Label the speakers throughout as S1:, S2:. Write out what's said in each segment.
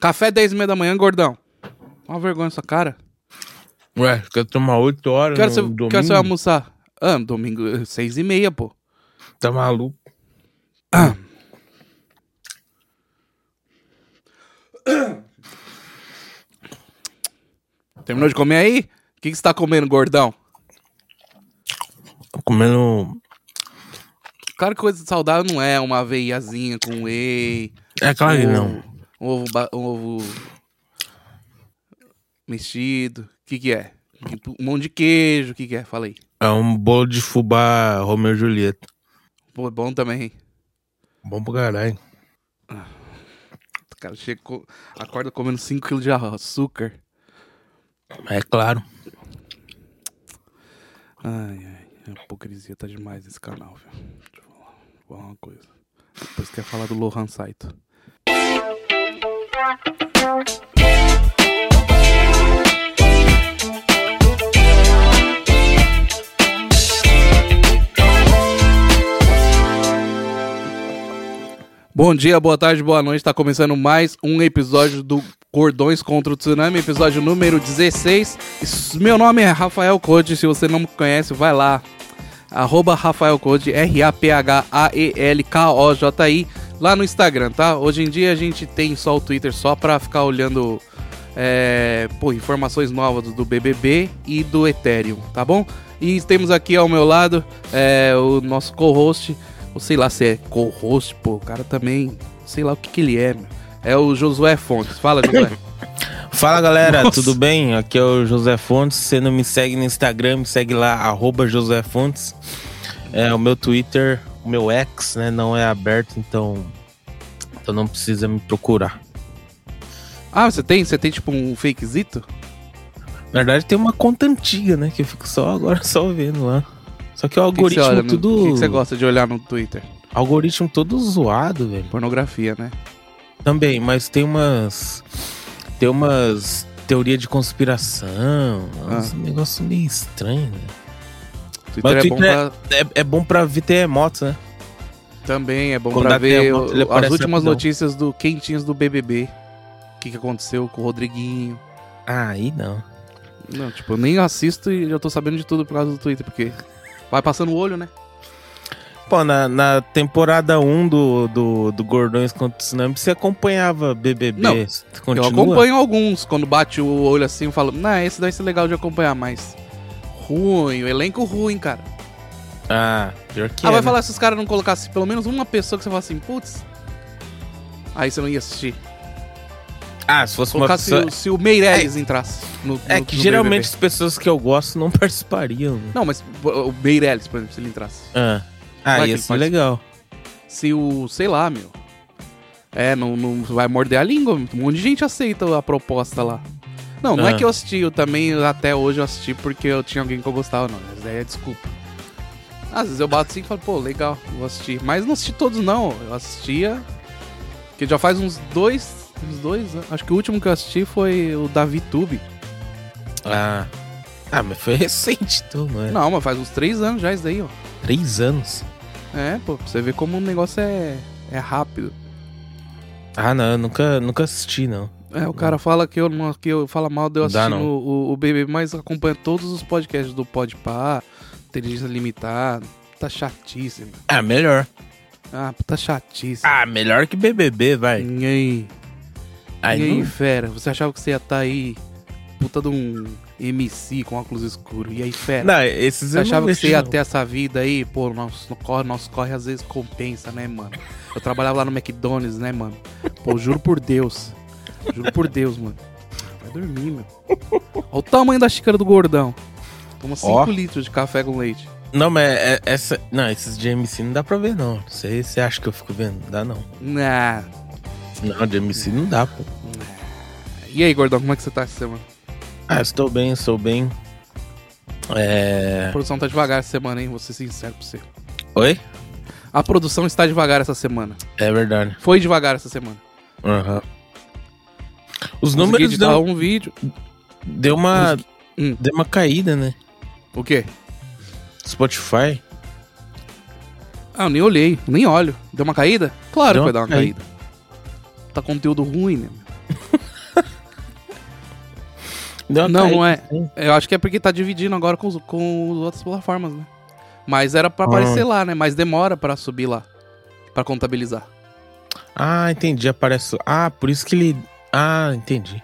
S1: Café 10 e meia da manhã, gordão. Uma vergonha essa cara.
S2: Ué, quer tomar 8 horas
S1: Que horas
S2: no
S1: você que
S2: domingo?
S1: horas você vai almoçar? Ah, domingo, 6 e meia, pô.
S2: Tá maluco?
S1: Terminou de comer aí? O que, que você tá comendo, gordão?
S2: Tô Comendo...
S1: Claro que coisa saudável não é uma aveiazinha com whey.
S2: É claro que
S1: um
S2: não.
S1: ovo- Um ovo, ba- um ovo mexido. O que que é? Tipo, Um monte de queijo. O que que é? Fala aí.
S2: É um bolo de fubá Romeu e Julieta.
S1: Pô, é bom também, hein?
S2: Bom pra caralho.
S1: O cara chega, co- acorda comendo 5kg de açúcar.
S2: É claro.
S1: Ai, ai. A hipocrisia tá demais nesse canal, viu? Deixa eu falar, vou falar uma coisa. Depois quer falar do Lohan Saito. Bom dia, boa tarde, boa noite. Tá começando mais um episódio do Cordões contra o Tsunami, episódio número 16. Isso- Meu nome é Rafael Code, se você não me conhece, vai lá. Arroba Rafael Code, R-A-P-H-A-E-L-K-O-J-I, lá no Instagram, tá? Hoje em dia a gente tem só o Twitter só pra ficar olhando é, pô, informações novas do BBB e do Ethereum, tá bom? E temos aqui ao meu lado é, o nosso co-host, ou sei lá se é co-host, pô, o cara também, sei lá o que que ele é, meu. É o Josué Fontes. Fala, Josué.
S2: Fala galera,
S1: Nossa.
S2: tudo bem? Aqui é o José Fontes. Se você não me segue no Instagram, me segue lá, arroba José Fontes. É, o meu Twitter, o meu ex, né, não é aberto, então, então não precisa me procurar.
S1: ah, você tem? Você tem tipo um fakezito?
S2: Na verdade, tem uma conta antiga, né, que eu fico só agora só vendo lá. Só que o
S1: O que que você
S2: algoritmo
S1: olha no-
S2: tudo.
S1: O que que você gosta de olhar no Twitter?
S2: Algoritmo todo zoado, velho.
S1: Pornografia, né?
S2: Também, mas tem umas. Tem umas teoria de conspiração,
S1: Ah.
S2: uns negócios meio estranhos, né?
S1: Twitter
S2: Mas o
S1: é bom
S2: Twitter
S1: pra-
S2: É, é bom pra ver terremotos, né?
S1: Também é bom
S2: Quando
S1: pra
S2: dá
S1: ver
S2: terremoto, ele
S1: o- as
S2: aparece
S1: últimas
S2: rapidão.
S1: notícias do quentinhos do BBB. O que, que aconteceu com o Rodriguinho.
S2: Aí não.
S1: Não, tipo, eu nem assisto e já tô sabendo de tudo por causa do Twitter, porque vai passando o olho, né?
S2: Pô, na, na temporada 1 do, do, do Gordões contra o Tsunami, você acompanhava BBB?
S1: Não,
S2: Você continua?
S1: Eu acompanho alguns, quando bate o olho assim, eu falo, não, esse deve ser legal de acompanhar, mas ruim, o elenco ruim, cara.
S2: Ah, pior que
S1: ah,
S2: é,
S1: vai
S2: né?
S1: falar se os caras não colocassem pelo menos uma pessoa que você fala assim, putz, aí você não ia assistir.
S2: Ah, se fosse uma
S1: Colocasse
S2: pessoa...
S1: o- se o Meirelles entrasse no
S2: É
S1: no-
S2: que
S1: no
S2: geralmente
S1: BBB.
S2: as pessoas que eu gosto não participariam. né?
S1: Não, mas o Meirelles, por exemplo, se ele entrasse.
S2: Ah, ah
S1: Vai que
S2: ia
S1: ele
S2: ser
S1: participa.
S2: legal.
S1: se o, sei lá, meu. É, não, não vai morder a língua. Um monte de gente aceita a proposta lá. Não, não é
S2: Ah.
S1: que eu assisti, eu também até hoje eu assisti porque eu tinha alguém que eu gostava, não. Mas daí é desculpa. Às vezes eu bato assim e falo, pô, legal, vou assistir. Mas não assisti todos, não. Eu assistia. Que já faz uns dois. Uns dois. né? Acho que o último que eu assisti foi o da VTube.
S2: Ah, ah mas foi recente, então, mano.
S1: Não, mas faz uns três anos já isso daí, ó.
S2: Três anos.
S1: É, pô, pra você ver como o negócio é, é rápido.
S2: Ah, não, eu nunca, nunca assisti, não.
S1: É, o cara fala que eu, não- que eu fala mal de eu
S2: Não dá,
S1: assistindo
S2: não.
S1: o, o BBB, mas acompanha todos os podcasts do Podpah, Inteligência Limitada. Tá chatíssimo.
S2: Ah, melhor.
S1: Ah, tá chatíssimo.
S2: Ah, melhor que BBB, vai.
S1: E aí?
S2: Aí
S1: Hum, e aí,
S2: não-
S1: fera? Você achava que você ia estar aí, puta de um MC com óculos escuros. E aí, fera?
S2: Não, esses
S1: Você
S2: eu
S1: achava
S2: não
S1: que
S2: mexo,
S1: você ia
S2: não.
S1: ter essa vida aí? Pô, nosso corre, nosso corre às vezes compensa, né, mano? Eu trabalhava lá no McDonald's, né, mano? Pô, juro por Deus. Juro por Deus, mano. Vai dormir, meu. Olha o tamanho da xícara do gordão. Toma 5
S2: Ó.
S1: litros de café com leite.
S2: Não, mas é- é- essa, não, esses de MC não dá pra ver, não. Você, você acha que eu fico vendo? Não dá, não.
S1: Nah.
S2: Não, de MC não dá, pô.
S1: E aí, gordão, como é que você tá essa semana?
S2: Ah, estou bem, estou bem.
S1: A
S2: É...
S1: produção tá devagar essa semana, hein? Vou ser sincero pra você.
S2: Oi?
S1: A produção está devagar essa semana.
S2: É verdade.
S1: Foi devagar essa semana.
S2: Aham. Os
S1: Consegui
S2: números
S1: editar
S2: deu,
S1: um vídeo.
S2: deu uma...
S1: Hum.
S2: Deu uma caída, né?
S1: O quê?
S2: Spotify.
S1: Ah, eu nem olhei, nem olho. Deu uma caída? Claro
S2: Deu
S1: que vai
S2: uma
S1: dar uma caída. Tá conteúdo ruim, né? meu? Não, não, não é. Eu acho que é porque tá dividindo agora com, os, com as outras plataformas, né? Mas era pra
S2: Ah.
S1: aparecer lá, né? Mas demora pra subir lá. Pra contabilizar.
S2: Ah, entendi. Aparece. Ah, por isso que ele. Ah, entendi.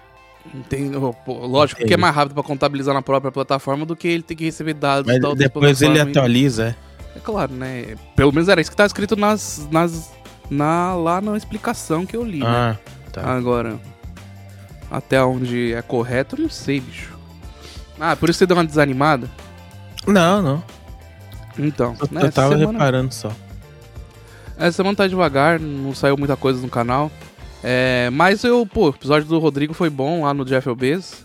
S1: Entendi. Pô, Lógico que é mais rápido pra contabilizar na própria plataforma do que ele ter que receber dados
S2: Mas
S1: da outra
S2: depois ele
S1: plataforma.
S2: atualiza.
S1: É claro, né? Pelo menos era isso que tá escrito nas, nas, na, lá na explicação que eu li, né?
S2: Ah, tá.
S1: Agora, até onde é correto, eu não sei, bicho. Ah, por isso você deu uma desanimada?
S2: Não, não.
S1: Então,
S2: Eu,
S1: né,
S2: eu
S1: essa
S2: tava
S1: semana-
S2: reparando só.
S1: Essa semana tá devagar, não saiu muita coisa no canal. É, mas eu, pô, o episódio do Rodrigo foi bom lá no Jeff Bezos.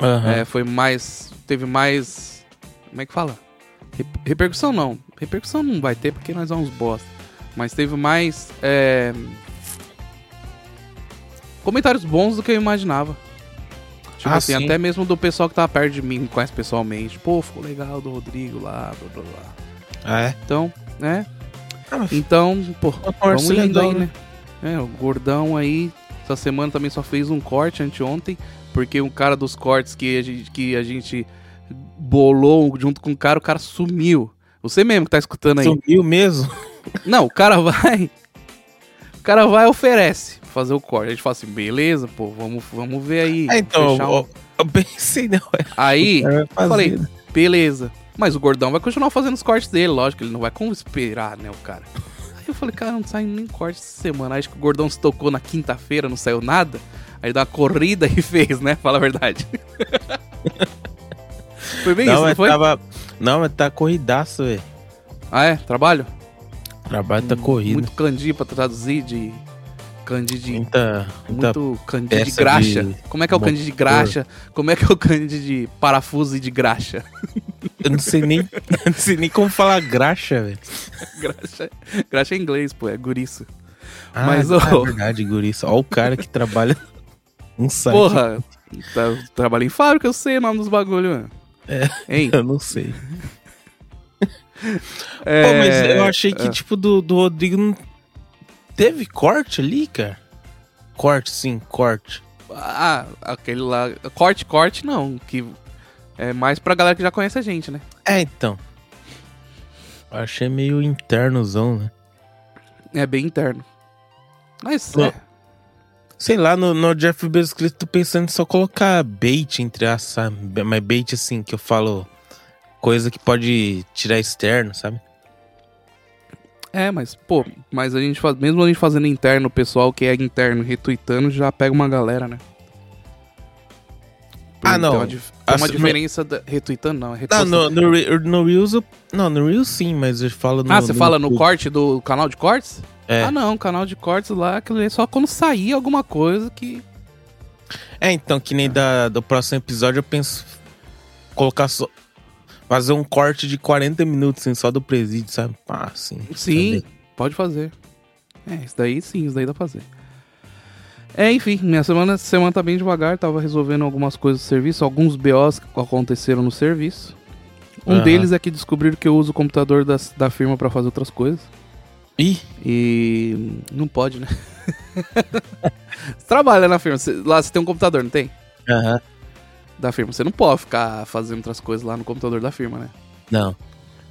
S2: Aham.
S1: É, foi mais. Teve mais. Como é que fala? Re- repercussão não. Repercussão não vai ter porque nós vamos bosta. Mas teve mais. é, comentários bons do que eu imaginava. Tipo
S2: Ah,
S1: assim,
S2: sim.
S1: até mesmo do pessoal que tava perto de mim, me conhece pessoalmente. Pô, ficou legal do Rodrigo lá, blá blá blá.
S2: Ah, é?
S1: Então, né?
S2: Ah, mas
S1: Então, pô,
S2: uma
S1: Vamos
S2: conversa
S1: indo
S2: legal,
S1: aí,
S2: né?
S1: né? É, o gordão aí, essa semana também só fez um corte anteontem, porque um cara dos cortes que a gente, que a gente bolou junto com o cara, o cara sumiu. Você mesmo que tá escutando aí.
S2: Sumiu mesmo?
S1: Não, o cara vai. O cara vai e oferece fazer o corte. A gente fala assim, beleza, pô, vamos, vamos ver aí.
S2: Ah, então, É.
S1: fechar um-
S2: eu, eu pensei, não.
S1: Aí,
S2: eu ia
S1: falei,
S2: fazer.
S1: beleza. Mas o gordão vai continuar fazendo os cortes dele, lógico, ele não vai como esperar, né, o cara. Aí eu falei, cara, não sai nem corte essa semana. Acho que o gordão se tocou na quinta-feira, não saiu nada. Aí dá uma corrida e fez, né? Fala a verdade. foi bem isso,
S2: Não,
S1: não
S2: mas
S1: foi?
S2: tava. Não, mas tá corridaço, velho.
S1: Ah, é? Trabalho?
S2: O Trabalho tá corrido.
S1: Hum, Muito candi pra traduzir de. Candi de.
S2: muita, muita
S1: Muito candi de
S2: peça
S1: graxa.
S2: de
S1: Como é que é o candi de graxa? Como é que é o candi de parafuso e de graxa?
S2: Eu não sei nem, não sei nem como falar graxa, velho.
S1: graxa? Graxa é inglês, pô, é guriço.
S2: Ah,
S1: Mas,
S2: é
S1: ô-
S2: verdade, guriça. Ó o cara que trabalha um site.
S1: Porra, tá, trabalhei em fábrica, eu sei o nome dos bagulho, mano. É. Hein?
S2: Eu não sei.
S1: É,
S2: Pô, mas eu achei que, tipo, do, do Rodrigo não... Teve corte ali, cara? Corte, sim, corte.
S1: Ah, aquele lá. Corte, corte, não. Que é mais pra galera que já conhece a gente, né?
S2: É, então. Eu achei meio internozão, né?
S1: É bem interno. Mas.
S2: Pô.
S1: É,
S2: Sei lá, no, no Jeff Bezos Clip, tô pensando em só colocar bait entre as, sabe? Mas bait, assim, que eu falo... Coisa que pode tirar externo, sabe?
S1: é, mas, pô, mas a gente faz. Mesmo a gente fazendo interno, o pessoal que é interno retweetando já pega uma galera, né?
S2: Ah, não.
S1: Tem uma, dif- tem uma
S2: Assim,
S1: diferença. Da, retweetando, não. é
S2: Não,
S1: repostando.
S2: no, no, Re- no Reels... eu- Não, no Reels sim, mas eu falo no...
S1: Ah, você fala no
S2: YouTube.
S1: corte do canal de cortes?
S2: É.
S1: Ah, não, canal de cortes lá, aquilo ali é só quando sair alguma coisa que.
S2: É, então, que nem da, do próximo episódio, eu penso colocar só. Fazer um corte de 40 minutos, assim, só do presídio, sabe? Ah, sim.
S1: Sim, pode fazer. É, isso daí sim, isso daí dá pra fazer. É, enfim, minha semana, essa semana tá bem devagar, tava resolvendo algumas coisas do serviço, alguns BOs que aconteceram no serviço. Um
S2: Aham.
S1: deles é que descobriram que eu uso o computador das- da firma pra fazer outras coisas.
S2: Ih,
S1: E hum, não pode, né? Você Trabalha na firma, você- lá você tem um computador, não tem?
S2: aham.
S1: da firma. Você não pode ficar fazendo outras coisas lá no computador da firma, né?
S2: Não,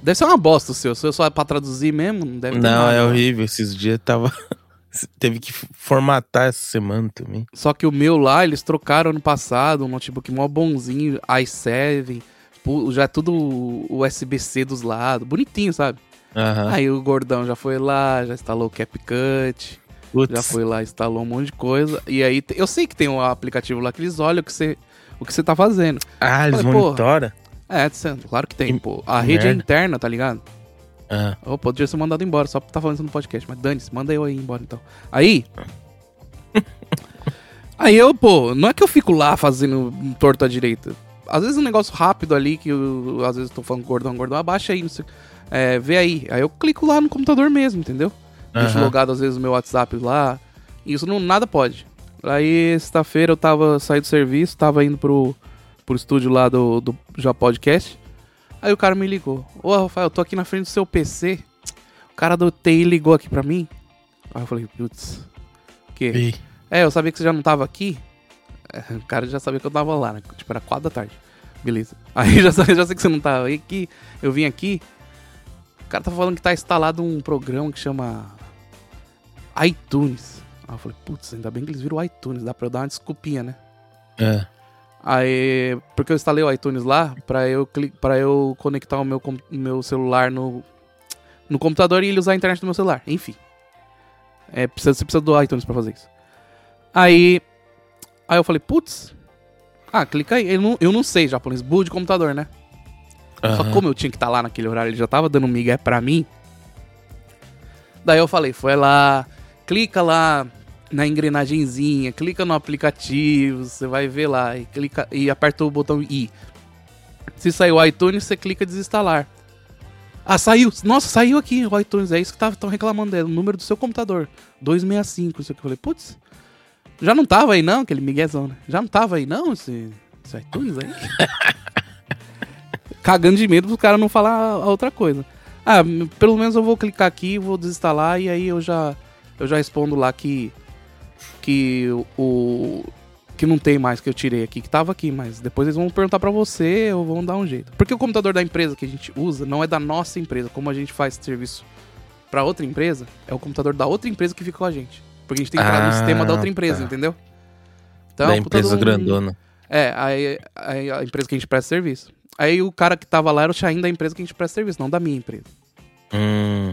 S1: Deve ser uma bosta o seu. O seu só é pra traduzir mesmo? Não deve ter
S2: não,
S1: nada.
S2: é horrível. Esses dias tava. Teve que formatar essa semana também.
S1: Só que o meu lá, eles trocaram ano passado um notebook mó bonzinho, i7, pu- já é tudo USB-C dos lados, bonitinho, sabe?
S2: Aham.
S1: Aí o gordão já foi lá, já instalou o CapCut, já
S2: Putz.
S1: foi lá, instalou um monte de coisa. E aí, te- eu sei que tem um aplicativo lá que eles olham o que você, o que você tá fazendo.
S2: Ah, eles
S1: Falei, porra.
S2: monitora?
S1: É, cê- claro que tem,
S2: Que-
S1: pô. A
S2: que
S1: rede é
S2: merda.
S1: interna, tá ligado?
S2: Ah,
S1: Ô, poderia ser mandado embora, só por estar falando isso no podcast. Mas dane-se, manda eu aí embora então. Aí. aí eu, pô, não é que eu fico lá fazendo um torto à direita. Às vezes um negócio rápido ali, que eu, às vezes eu tô falando gordão, gordão, abaixa aí, não sei. É, vê aí. Aí eu clico lá no computador mesmo, entendeu? Deixo
S2: Aham.
S1: logado às vezes o meu WhatsApp lá. Isso não, nada pode. Aí, sexta-feira, eu tava saí do serviço, tava indo pro, pro estúdio lá do, do Já Podcast. Aí o cara me ligou. Ô, Rafael, eu tô aqui na frente do seu PC. O cara do TI ligou aqui pra mim. Aí eu falei, putz. Que?
S2: Ih,
S1: É, eu sabia que você já não tava aqui. O cara já sabia que eu tava lá, né? Tipo, era 4 da tarde. Beleza. Aí já, sa- já sei que você não tava. Aí que eu vim aqui. O cara tá falando que tá instalado um programa que chama iTunes. Aí eu falei, putz, ainda bem que eles viram iTunes, dá pra eu dar uma desculpinha, né?
S2: É.
S1: Aí, porque eu instalei o iTunes lá pra eu para eu conectar o meu com- meu celular no no computador e ele usar a internet do meu celular. Enfim. É, precisa, você precisa do iTunes pra fazer isso. Aí aí eu falei, putz. Ah, clica aí. Eu não, eu não sei japonês, burro de computador, né? Só que
S2: Aham.
S1: como eu tinha que estar lá naquele horário, ele já tava dando um migué pra mim. Daí eu falei, foi lá, clica lá na engrenagenzinha, clica no aplicativo, você vai ver lá e clica e aperta o botão i. Se saiu o iTunes, você clica desinstalar. Ah, saiu. Nossa, saiu aqui o iTunes. É isso que estão reclamando dele. O número do seu computador. 265. Isso que eu falei, putz. Já não tava aí não, aquele miguezão, né? Já não tava aí não esse, esse iTunes aí? Cagando de medo pro cara não falar a outra coisa. Ah, m- pelo menos eu vou clicar aqui, vou desinstalar e aí eu já eu já respondo lá que que o- o que não tem mais que eu tirei aqui, que tava aqui, mas depois eles vão perguntar pra você ou vão dar um jeito. Porque o computador da empresa que a gente usa não é da nossa empresa, como a gente faz serviço pra outra empresa, é o computador da outra empresa que fica com a gente. Porque a gente tem que entrar no
S2: Ah,
S1: sistema da outra empresa,
S2: tá.
S1: entendeu?
S2: da
S1: é um puta
S2: empresa
S1: de um-
S2: grandona.
S1: é, aí, aí a empresa que a gente presta serviço. Aí o cara que tava lá era o Chain da empresa que a gente presta serviço, não da minha empresa.
S2: Hum.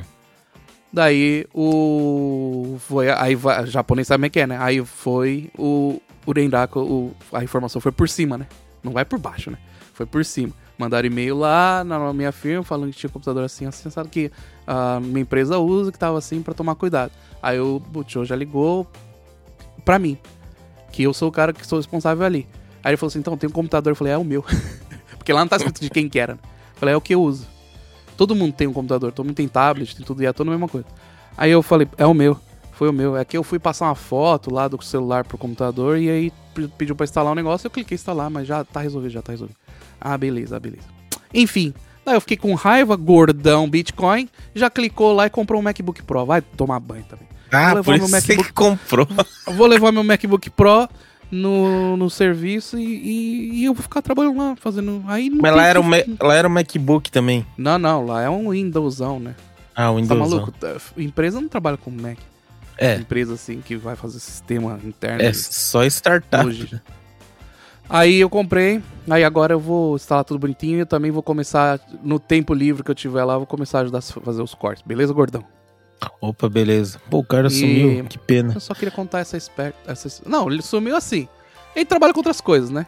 S1: Daí o. Foi, aí vai- o japonês sabe como é que é, né? Aí foi o, o Rendaku, o- a informação foi por cima, né? Não vai por baixo, né? Foi por cima. Mandaram e-mail lá na minha firma falando que tinha computador assim, assim, sabe que a minha empresa usa, que tava assim pra tomar cuidado. Aí o Butchou já ligou pra mim, que eu sou o cara que sou responsável ali. Aí ele falou assim: então tem um computador. Eu falei: é o meu. Porque lá não tá escrito de quem que era. né? Eu falei: é o que eu uso. Todo mundo tem um computador, todo mundo tem tablet, tem tudo, e é tudo a mesma coisa. Aí eu falei, é o meu. Foi o meu. É que eu fui passar uma foto lá do celular pro computador e aí p- pediu pra instalar um negócio, eu cliquei em instalar, mas já tá resolvido, já tá resolvido. Ah, beleza, beleza. Enfim, daí eu fiquei com raiva, gordão, Bitcoin, já clicou lá e comprou um MacBook Pro. Vai tomar banho também.
S2: Ah,
S1: levar
S2: por
S1: meu
S2: isso você
S1: MacBook.
S2: que comprou.
S1: Eu vou levar meu MacBook Pro no, no serviço e, e- e eu vou ficar trabalhando lá, fazendo. Aí não
S2: Mas
S1: tem
S2: lá era, um o
S1: que-
S2: Ma- lá era o MacBook também.
S1: Não, não, lá é um Windowsão, né?
S2: Ah, o
S1: Tá
S2: Windows.
S1: maluco? Tá- Empresa não trabalha com Mac.
S2: É,
S1: Empresa assim que vai fazer sistema interno.
S2: é só startup. né?
S1: Hoje. Aí eu comprei, aí agora eu vou instalar tudo bonitinho e eu também vou começar, no tempo livre que eu tiver lá, eu vou começar a ajudar a fazer os cortes, beleza, gordão?
S2: Opa, beleza. Pô, o cara
S1: E-
S2: sumiu, que pena.
S1: Eu só queria contar essa esperta. Essa... Não, ele sumiu assim. Ele trabalha com outras coisas, né?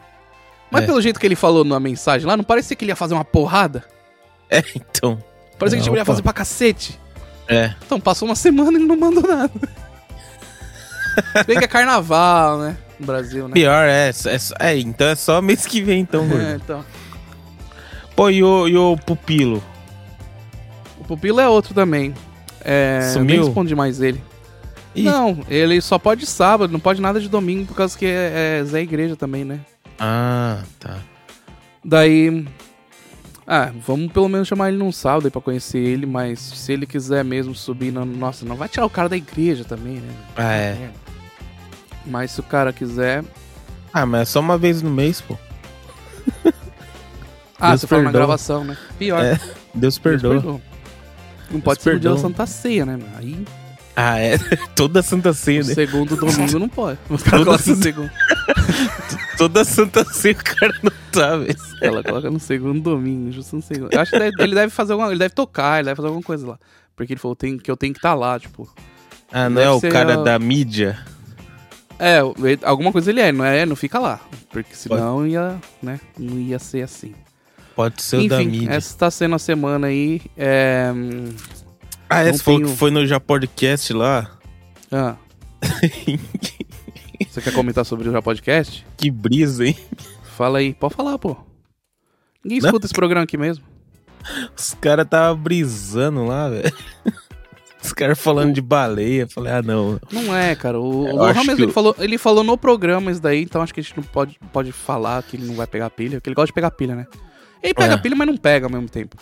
S1: Mas
S2: É.
S1: pelo jeito que ele falou na mensagem lá, não parecia que ele ia fazer uma porrada?
S2: É, então.
S1: Parecia que
S2: É,
S1: tipo, ele ia
S2: opa.
S1: fazer pra cacete.
S2: É.
S1: Então, passou uma semana e ele não mandou nada. Bem que é carnaval, né? No Brasil, né?
S2: Pior, é, é, é, Então é só mês que vem, então,
S1: É,
S2: gordo.
S1: então. É.
S2: Pô, e o, e o pupilo?
S1: O Pupilo é outro também. É, eu Nem
S2: Sumiu?
S1: respondi mais ele.
S2: Ih.
S1: Não, ele só pode sábado, não pode nada de domingo, por causa que é, é Zé Igreja também, né?
S2: Ah, tá.
S1: Daí. Ah, vamos pelo menos chamar ele num sábado aí pra conhecer ele, mas se ele quiser mesmo subir, na- nossa, não vai tirar o cara da igreja também, né?
S2: Ah, é.
S1: Mas se o cara quiser.
S2: Ah, mas é só uma vez no mês, pô.
S1: Ah,
S2: Deus
S1: você falou na
S2: perdoa.
S1: gravação, né? Pior.
S2: É, Deus
S1: Deus
S2: perdoa.
S1: Não pode
S2: Deus
S1: ser no dia da
S2: perdoa.
S1: Santa Ceia, né? mano? Aí,
S2: Ah, é. Toda Santa Ceia,
S1: no
S2: né?
S1: segundo domingo não pode. Os caras
S2: Todo
S1: colocam no
S2: mundo-
S1: segundo.
S2: Toda Santa Ceia o cara não tá, velho.
S1: Ela coloca no segundo domingo, justo no segundo. Eu acho que deve- ele deve fazer alguma, ele deve tocar, ele deve fazer alguma coisa lá. Porque ele falou tem- que eu tenho que estar lá, tipo.
S2: Ah, não
S1: Deve
S2: é o
S1: ser
S2: cara
S1: a-
S2: da mídia?
S1: É, ele- alguma coisa ele é, não é, não fica lá. Porque senão ia, né, não ia ser assim.
S2: Pode ser o da
S1: Enfim,
S2: mídia.
S1: essa tá sendo a semana aí. É... hum,
S2: Ah,
S1: não
S2: esse falou
S1: tenho-
S2: que foi no Já Podcast lá.
S1: ah. Você quer comentar sobre o Já Podcast?
S2: Que brisa, hein?
S1: Fala aí, pode falar, pô. Ninguém
S2: Não.
S1: escuta esse programa aqui mesmo.
S2: Os caras tava brisando lá, velho. Os caras falando de baleia. Eu Falei, ah, não.
S1: Não é, cara. O, o
S2: Eu
S1: Lohan
S2: acho
S1: mesmo
S2: que
S1: ele
S2: o-
S1: falou, ele falou no programa isso daí, então acho que a gente não pode, pode falar que ele não vai pegar pilha, porque ele gosta de pegar pilha, né? Ele pega
S2: É.
S1: pilha, mas não pega ao mesmo tempo.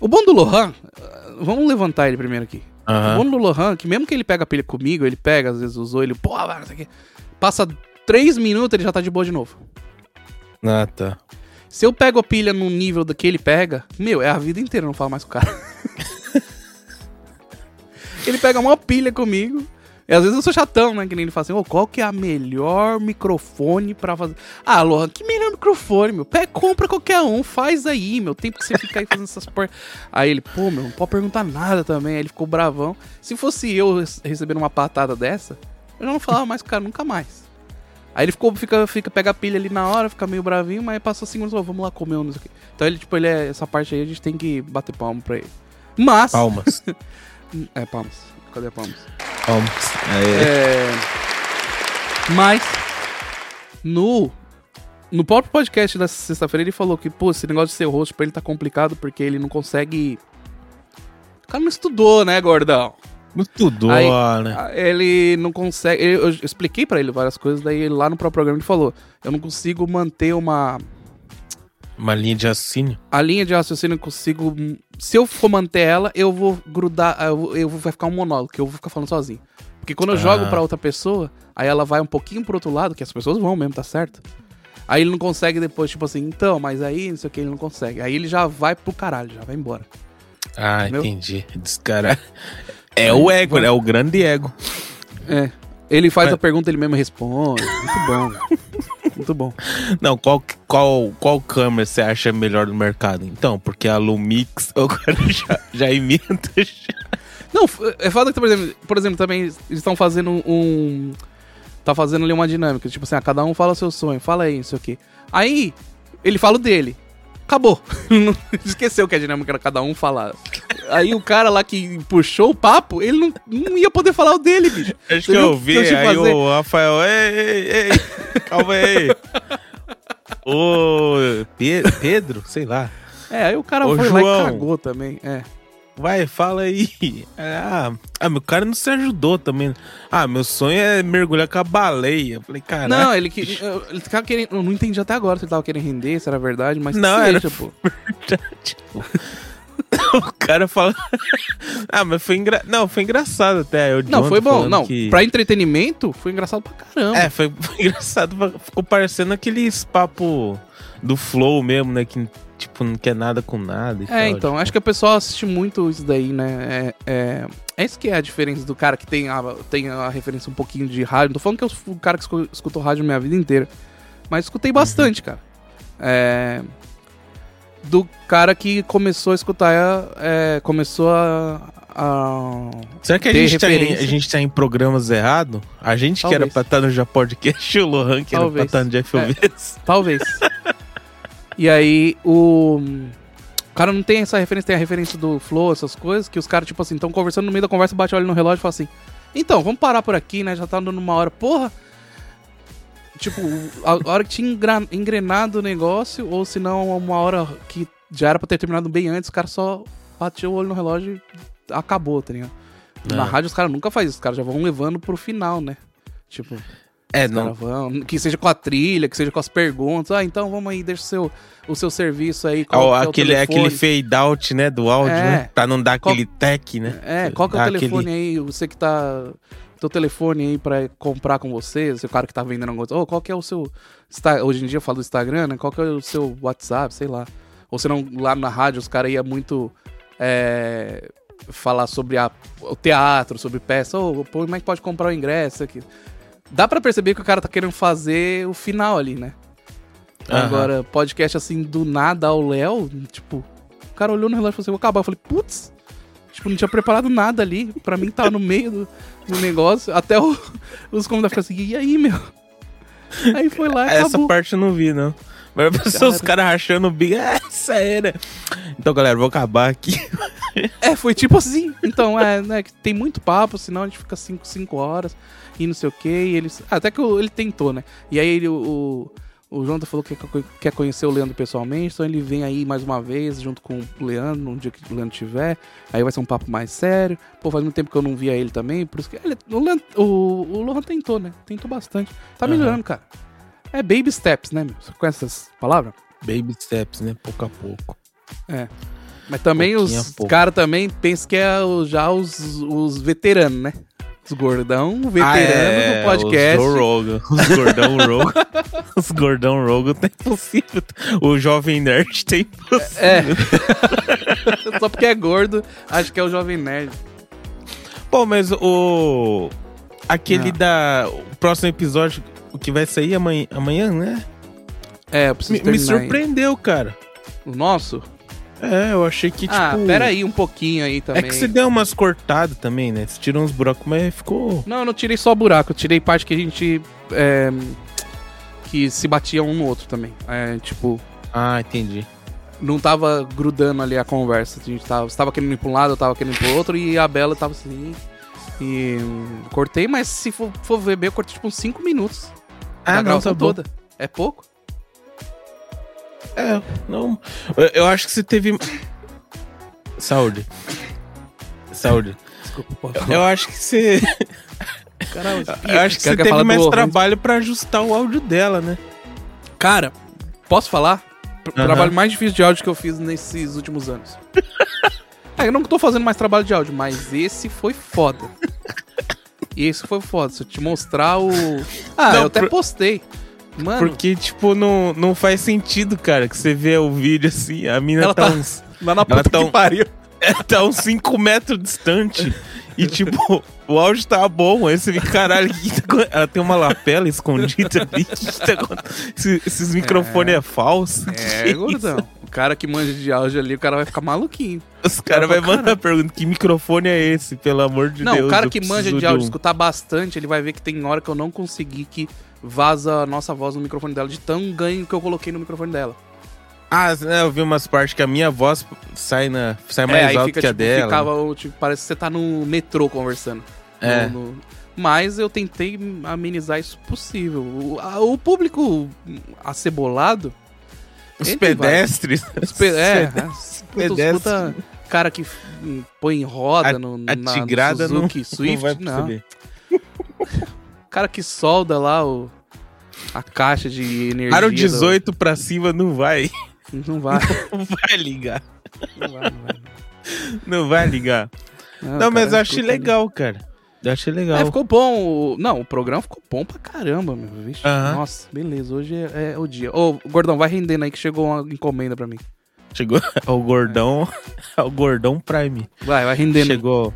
S1: O bom do Lohan, ah, vamos levantar ele primeiro aqui. O
S2: Aham.
S1: bom do Lohan, que mesmo que ele pega pilha comigo, ele pega, às vezes usou, ele, pô, vai, não sei o quê. Passa 3 minutos ele já tá de boa de novo.
S2: Ah, tá.
S1: Se eu pego a pilha no nível do que ele pega, meu, é a vida inteira, eu não falo mais com o cara. ele pega uma pilha comigo. E às vezes eu sou chatão, né? Que nem ele fala assim, ô, qual que é a melhor microfone pra fazer. Ah, Lohan, que melhor microfone, meu? Pé, compra qualquer um, faz aí, meu. Tempo que você fica aí fazendo essas por. Aí ele, pô, meu, não pode perguntar nada também. Aí ele ficou bravão. Se fosse eu rece- recebendo uma patada dessa, eu já não falava mais com o cara nunca mais. Aí ele ficou, fica, fica, pega a pilha ali na hora, fica meio bravinho, mas passou cinco minutos, ó, vamos lá comer um, não sei o quê. Então ele, tipo, ele é, essa parte aí a gente tem que bater palma pra ele. Mas.
S2: Palmas.
S1: É, palmas. Cadê a palmas?
S2: Palmas. É,
S1: É, Mas no no próprio podcast da sexta-feira ele falou que, pô, esse negócio de ser host pra ele tá complicado porque ele não consegue O cara não estudou, né, gordão?
S2: Muito dó,
S1: Aí-
S2: É, né?
S1: Ah, Ele não consegue. ele- Eu expliquei pra ele várias coisas, daí ele lá no próprio programa ele falou: "Eu não consigo manter uma
S2: Uma linha de raciocínio.
S1: a linha de raciocínio eu consigo. Se eu for manter ela, eu vou grudar. Eu vou, eu vou- vai ficar um monólogo, que eu vou ficar falando sozinho. Porque quando eu jogo
S2: Ah.
S1: pra outra pessoa, aí ela vai um pouquinho pro outro lado, que as pessoas vão mesmo, tá certo? Aí ele não consegue depois, tipo assim, então, mas aí não sei o que, ele não consegue. Aí ele já vai pro caralho, já vai embora.
S2: Ah,
S1: Entendeu?
S2: entendi. Descarado. É o ego, né? É o grande ego.
S1: É. Ele faz
S2: Mas-
S1: a pergunta, ele mesmo responde. Muito bom. Muito bom.
S2: Não, qual, qual, qual câmera você acha melhor no mercado? Então, porque a Lumix, o cara já, já imita. já.
S1: Não, f- é foda que, por exemplo, por exemplo também eles estão fazendo um. Tá fazendo ali uma dinâmica. Tipo assim, ah, cada um fala seu sonho, fala aí, não sei o quê. Aí, ele fala o dele. Acabou. Não- Esqueceu que a dinâmica era cada um falar. Aí o cara lá que puxou o papo, ele não, não ia poder falar o dele, bicho.
S2: Acho
S1: Você
S2: que eu
S1: viu eu
S2: vi,
S1: te
S2: aí
S1: fazer?
S2: o Rafael, ei, ei, ei, calma aí. Ô, Pe- Pedro, sei lá.
S1: É, aí o cara
S2: Ô,
S1: foi lá
S2: João.
S1: e cagou também. É.
S2: Vai, fala aí. Ah, ah, meu cara não se ajudou também. Ah, meu sonho é mergulhar com a baleia. Eu falei, caralho.
S1: Não, ele que. eu- Ele ficava querendo. Eu não entendi até agora se ele tava querendo render, se era verdade, mas tipo. que
S2: Não, era-
S1: seja, pô.
S2: verdade. o cara fala. ah, mas foi engra... Não, foi engraçado até. Eu,
S1: Não,
S2: John,
S1: foi
S2: tô
S1: bom.
S2: tá falando
S1: Não,
S2: que-
S1: pra entretenimento, foi engraçado pra caramba.
S2: É, foi, foi engraçado. mas Ficou parecendo aqueles papo do flow mesmo, né? Que, tipo, não quer nada com nada. e tal,
S1: É, então,
S2: tipo.
S1: acho que o pessoal assiste muito isso daí, né? É, é, é isso que é a diferença do cara que tem a, tem a referência um pouquinho de rádio. Não tô falando que eu sou o cara que escu- escutou rádio minha vida inteira. Mas escutei bastante, cara. É, do cara que começou a escutar, é, começou a, a-
S2: Será que a
S1: ter
S2: gente, tá em,
S1: referência.
S2: a gente tá em programas errados? A gente que era
S1: Talvez.
S2: pra estar no Já Podcast, o Lohan
S1: Talvez.
S2: que
S1: É.
S2: era pra estar no Jeff Wilson.
S1: Talvez. e aí, o... o cara não tem essa referência, tem a referência do Flow, essas coisas, que os caras, tipo assim, estão conversando no meio da conversa, bate o olho no relógio e fala assim: Então, vamos parar por aqui, né? Já tá dando uma hora. Porra! Tipo, a a hora que tinha engra- engrenado o negócio, ou se não, uma hora que já era pra ter terminado bem antes, o cara só bateu o olho no relógio e acabou, tá ligado? Na
S2: É.
S1: rádio os caras nunca fazem isso, os caras já vão levando pro final, né? Tipo,
S2: É,
S1: os
S2: não.
S1: caras vão. Que seja com a trilha, que seja com as perguntas. Ah, então vamos aí, deixa o seu, o seu serviço aí.
S2: Ó,
S1: que é o
S2: aquele,
S1: telefone.
S2: aquele fade out, né? Do áudio,
S1: É.
S2: né? Pra não dar
S1: Qual-
S2: aquele tec, né?
S1: É, qual que é o
S2: Dá
S1: telefone
S2: aquele-
S1: aí? Você que tá. Teu telefone aí pra comprar com você, o cara que tá vendendo alguma coisa. Ô, qual que é o seu. Insta- Hoje em dia eu falo do Instagram, né? Qual que é o seu WhatsApp, sei lá. Ou senão, lá na rádio os caras iam muito. é, falar sobre a- o teatro, sobre peça. Ô, pô, como é que pode comprar o ingresso aqui? Dá pra perceber que o cara tá querendo fazer o final ali, né?
S2: Aham.
S1: Agora, podcast assim, do nada ao Léo, tipo, o cara olhou no relógio e falou assim, vou acabar. Eu falei, putz, tipo, não tinha preparado nada ali. Pra mim tava no meio do, do negócio. Até o- os comentários ficaram assim, e aí, meu? Aí foi lá e
S2: Essa
S1: acabou.
S2: parte eu não vi, não. Mas a pessoa, os
S1: Cara.
S2: caras rachando o bico. "Ah, Essa era. Então, galera, vou acabar aqui.
S1: É, foi tipo assim. Então, é, né, que tem muito papo, senão a gente fica 5 cinco horas e não sei o que. E eles, até que o- ele tentou, né? E aí ele, o, o, o Jonathan falou que quer co- quer conhecer o Leandro pessoalmente, então ele vem aí mais uma vez junto com o Leandro, num dia que o Leandro tiver. Aí vai ser um papo mais sério. Pô, faz muito tempo que eu não via ele também, por isso que... Ele, o, Leandro, o, o Lohan tentou, né? Tentou bastante. Tá
S2: Aham.
S1: melhorando, cara. É baby steps, né, meu? Você conhece essas palavras?
S2: Baby steps, né? Pouco a pouco.
S1: Mas também
S2: Pouquinho a
S1: os
S2: pouco.
S1: caras também pensam que é o- já os, os veteranos, né? Os gordão veterano do podcast.
S2: Ah, é, Os, Rogan, os gordão rogo. os gordão rogo tá impossível. O jovem nerd tá impossível.
S1: É. Só porque é gordo, acho que é o Jovem Nerd.
S2: Pô, mas o. Aquele
S1: Não.
S2: da. O próximo episódio, o que vai sair amanhã, amanhã né?
S1: É, eu preciso
S2: Me, me
S1: terminar ainda.
S2: surpreendeu, cara.
S1: O nosso?
S2: É, eu achei que, tipo.
S1: Ah, pera aí um pouquinho aí
S2: É
S1: também.
S2: que você deu umas cortadas também, né? Você tirou uns buracos, mas ficou.
S1: Não, eu não tirei só buraco, eu tirei parte que a gente. é, que se batia um no outro também. É, tipo,
S2: Ah, entendi.
S1: não tava grudando ali a conversa. A gente tava, você tava querendo ir pra um lado, eu tava querendo ir pro outro, e a Bela tava assim. E hum, cortei, mas se for, for ver bem, eu cortei tipo uns 5 minutos
S2: Ah, não, tá bom.
S1: toda. É pouco?
S2: É, não. Eu, eu acho que você teve. Saúde. Saúde.
S1: Desculpa, pô.
S2: Eu acho que você.
S1: Caralho,
S2: Eu acho que
S1: cara quer
S2: você teve
S1: falar do
S2: mais
S1: Orange.
S2: trabalho pra ajustar o áudio dela, né?
S1: Cara, posso falar? O
S2: Aham.
S1: trabalho mais difícil de áudio que eu fiz nesses últimos anos. é, eu não tô fazendo mais trabalho de áudio, mas esse foi foda. E esse foi foda. Se eu te mostrar o. Ah,
S2: Não,
S1: eu até
S2: por-
S1: postei. Mano,
S2: Porque, tipo, não, não faz sentido, cara, que você vê o vídeo assim, a mina
S1: Ela
S2: tá,
S1: tá-
S2: uns.
S1: lá na
S2: Ela
S1: puta
S2: tá
S1: que
S2: um-
S1: pariu.
S2: tá uns 5 metros distante. E, tipo, o áudio tá bom. Aí você fica, caralho, que que tá acon- ela tem uma lapela escondida ali. Que que tá acon- Esse- Esses microfones é, falso.
S1: É, gordão. O cara que manja de áudio ali, o cara vai ficar maluquinho.
S2: Os caras vão
S1: Caralho.
S2: mandar pergunta: que microfone é esse, pelo amor de
S1: não,
S2: Deus?
S1: o cara
S2: eu
S1: que
S2: preciso
S1: manja de
S2: um.
S1: áudio, escutar bastante, ele vai ver que tem hora que eu não consegui que vaza a nossa voz no microfone dela, de tão ganho que eu coloquei no microfone dela.
S2: Ah, né, eu vi umas partes que a minha voz sai, na, sai É mais alto que a
S1: tipo,
S2: dela.
S1: ficava, o- tipo, parece que você tá no metrô conversando.
S2: É.
S1: No- no- Mas eu tentei amenizar isso possível. O, a- o público acebolado.
S2: Os
S1: Ele vai.
S2: pedestres.
S1: Os pe- é, é, puta- os
S2: pedestre.
S1: puta cara que f- põe em roda
S2: A-
S1: no, na,
S2: a
S1: no
S2: tigrada não-
S1: Suzuki
S2: não vai
S1: Swift. Não,
S2: perceber.
S1: cara que solda lá o, a caixa de energia.
S2: Aro
S1: do-
S2: 18 pra cima não vai.
S1: Não vai,
S2: Não vai ligar.
S1: não vai, não vai.
S2: Não vai ligar.
S1: Não,
S2: Não,
S1: o
S2: mas
S1: cara
S2: eu achei
S1: escuta ali.
S2: legal, cara. Eu achei legal.
S1: É, ficou bom. o- Não, o programa ficou bom pra caramba, meu. Vixe,
S2: Aham.
S1: Nossa, beleza. Hoje é, é o dia. Ô, Gordão, vai rendendo aí que chegou uma encomenda pra mim.
S2: Chegou ao gordão. Ao gordão Prime.
S1: Vai, vai rendendo.
S2: Chegou.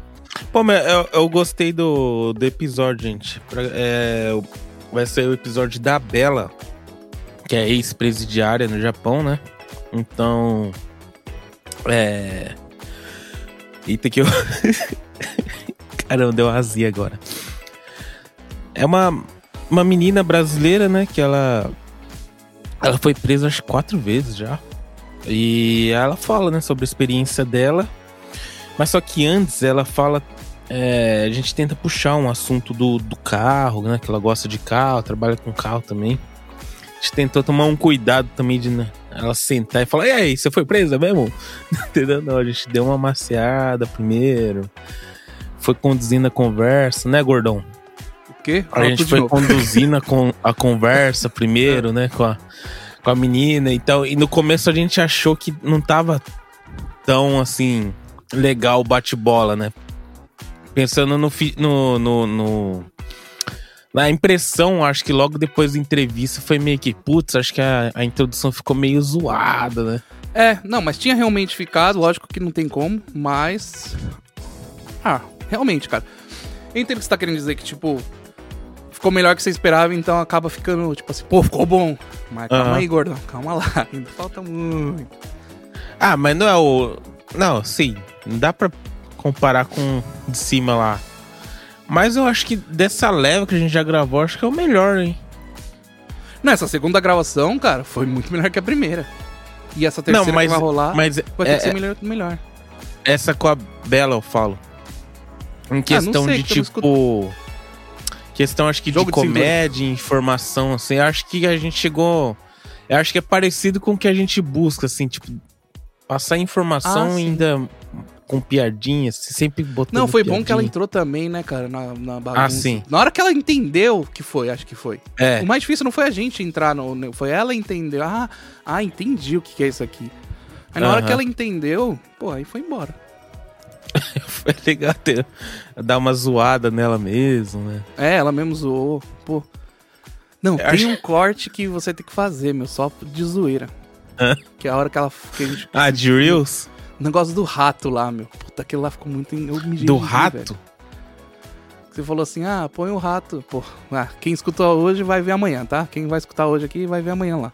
S2: Pô, mas eu, eu gostei do, do episódio, gente. Pra- é, o- vai ser o episódio da Bela, que é ex-presidiária no Japão, né? Então. É. Eita, que eu. Caramba, deu azia agora. É uma, uma menina brasileira, né? Que ela. Ela foi presa acho que quatro vezes já. E ela fala, né, sobre a experiência dela. Mas só que antes ela fala. é, a gente tenta puxar um assunto do, do carro, né? Que ela gosta de carro, trabalha com carro também. A gente tentou tomar um cuidado também de né, ela sentar e falar: E aí, você foi presa mesmo? Entendeu? Não, a gente deu uma maciada primeiro. Foi conduzindo a conversa, né, gordão?
S1: O quê?
S2: A
S1: Fala
S2: gente
S1: tudo de
S2: foi
S1: novo. É.
S2: conduzindo a, con- a conversa primeiro, né, com a, com a menina e tal. E no começo a gente achou que não tava tão, assim, legal o bate-bola, né? Pensando no, fi- no, no, no- Na impressão, acho que logo depois da entrevista foi meio que... Putz, acho que a, a introdução ficou meio zoada, né?
S1: É, não, mas tinha realmente ficado, lógico que não tem como, mas. Ah, realmente, cara. Eu entendo o que você tá querendo dizer que, tipo, ficou melhor que você esperava, então acaba ficando, tipo assim, pô, ficou bom. Mas calma
S2: Aham.
S1: aí, gordão, calma lá. Ainda falta muito.
S2: Ah, mas não é o. Não, sim. Não dá pra comparar com o de cima lá. Mas eu acho que dessa leva que a gente já gravou, acho que é o melhor, hein?
S1: Não, essa segunda gravação, cara, foi muito melhor que a primeira. E essa terceira
S2: não, mas.
S1: que vai rolar
S2: Mas
S1: vai ter
S2: é-
S1: que ser melhor, melhor.
S2: essa com a Bela eu falo. Em questão
S1: sei,
S2: de
S1: que eu não
S2: tipo. Questão, acho que
S1: Jogo
S2: de
S1: de cintura.
S2: comédia, informação, assim. eu Acho que a gente chegou. Eu acho que é parecido com o que a gente busca, assim, tipo. Passar
S1: Ah,
S2: informação
S1: sim.
S2: ainda com piadinhas, sempre botando.
S1: Não, foi bom que ela
S2: piadinha.
S1: entrou também, né, cara, na, na bagunça.
S2: Ah, sim.
S1: Na hora que ela entendeu que foi, acho que foi.
S2: É.
S1: O mais difícil não foi a gente entrar, no, foi ela entender. Ah, ah, entendi o que, que é isso aqui. Aí na hora
S2: Aham.
S1: que ela entendeu, pô, aí foi embora.
S2: Foi legal ter, É dar uma zoada nela mesmo, né?
S1: É, ela mesmo zoou. Pô. Não, tem
S2: acho-
S1: um corte que você tem que fazer, meu, só de zoeira.
S2: Hã?
S1: Que é a hora que ela. Que a gente,
S2: Ah, de Reels?
S1: o negócio do rato lá, meu. Puta, aquilo lá ficou muito. en- Eu me
S2: Do
S1: ri, velho.
S2: rato?
S1: Você falou assim, ah, põe o rato. Pô, ah, quem escutou hoje vai ver amanhã, tá? Quem vai escutar hoje aqui vai ver amanhã lá.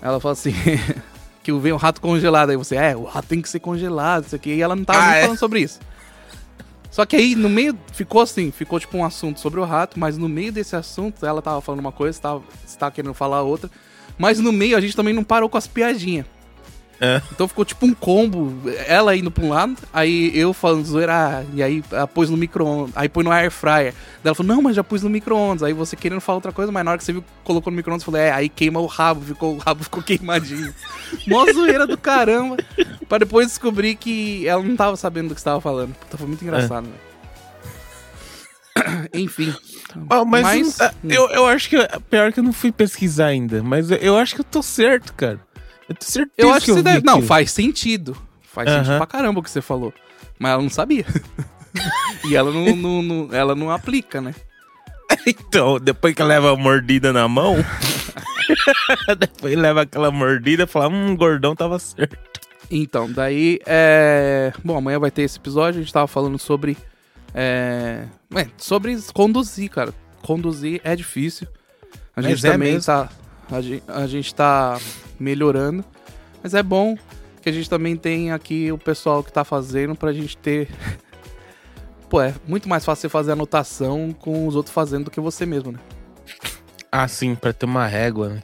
S1: Ela falou assim, que vem um rato congelado. Aí você, é, o rato tem que ser congelado, isso aqui. E ela não tava
S2: Ah,
S1: nem
S2: é?
S1: falando sobre isso. Só que aí, no meio, ficou assim, ficou tipo um assunto sobre o rato, mas no meio desse assunto, ela tava falando uma coisa, tava, você tava querendo falar outra. Mas no meio, a gente também não parou com as piadinhas.
S2: É.
S1: Então ficou tipo um combo, ela indo pra um lado, aí eu falando zoeira, ah, e aí ela pôs no micro-ondas, aí põe no air fryer. Daí ela falou, não, mas já pus no micro-ondas. Aí você querendo falar outra coisa, mas na hora que você viu, colocou no micro-ondas, falou, é, aí queima o rabo, ficou, o rabo ficou queimadinho. Mó zoeira do caramba, pra depois descobrir que ela não tava sabendo do que você tava falando. Puta, foi muito engraçado, velho. Enfim.
S2: Ah, mas
S1: Mas-
S2: ah, eu, eu acho que. Pior que eu não fui pesquisar ainda. Mas eu, eu acho que eu tô certo, cara. Eu tô certeza
S1: Eu acho que você
S2: eu vi
S1: deve. Não,
S2: aquilo.
S1: faz sentido. Faz sentido
S2: Aham.
S1: pra caramba o que você falou. Mas ela não sabia. e ela não, não- não- ela não aplica, né?
S2: Então, depois que leva a mordida na mão. depois leva aquela mordida e fala: hum, gordão tava certo.
S1: Então, daí. É... Bom, amanhã vai ter esse episódio. A gente tava falando sobre. É... é, sobre conduzir, cara. Conduzir é difícil. A
S2: Mas
S1: gente
S2: é
S1: também
S2: mesmo.
S1: tá. A gente, a gente tá melhorando. Mas é bom que a gente também tem aqui o pessoal que tá fazendo pra gente ter. Pô, é muito mais fácil você fazer anotação com os outros fazendo do que você mesmo, né?
S2: Ah, sim, pra ter uma régua, né?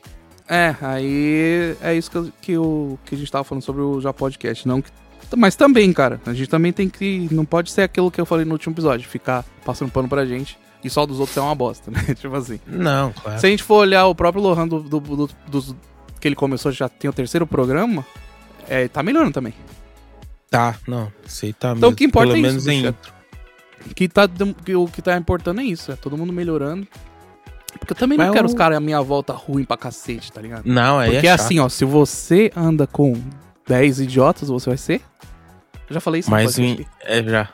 S1: É, aí é isso que, eu- que, o, que a gente tava falando sobre o Já Podcast. Não que- mas também, cara, a gente também tem que. Não pode ser aquilo que eu falei no último episódio, ficar passando pano pra gente e só dos outros é uma bosta, né? tipo assim.
S2: Não, claro.
S1: Se a gente for olhar o próprio Lohan do, do- do- dos- que ele começou, já tem o terceiro programa, é, tá melhorando também.
S2: Tá, não. Sei tá
S1: Então,
S2: mesmo.
S1: o que importa
S2: Pelo
S1: é isso,
S2: menos em
S1: bicho.
S2: intro.
S1: Que tá, dem- que o que tá importando é isso, é todo mundo melhorando. Porque eu também não
S2: Mas
S1: quero
S2: o-
S1: os caras à minha volta ruim pra cacete, tá ligado?
S2: Não, aí
S1: Porque
S2: é chato.
S1: assim, ó, se você anda com 10 idiotas, você vai ser? Eu já falei isso no
S2: Mas
S1: podcast.
S2: em- é já.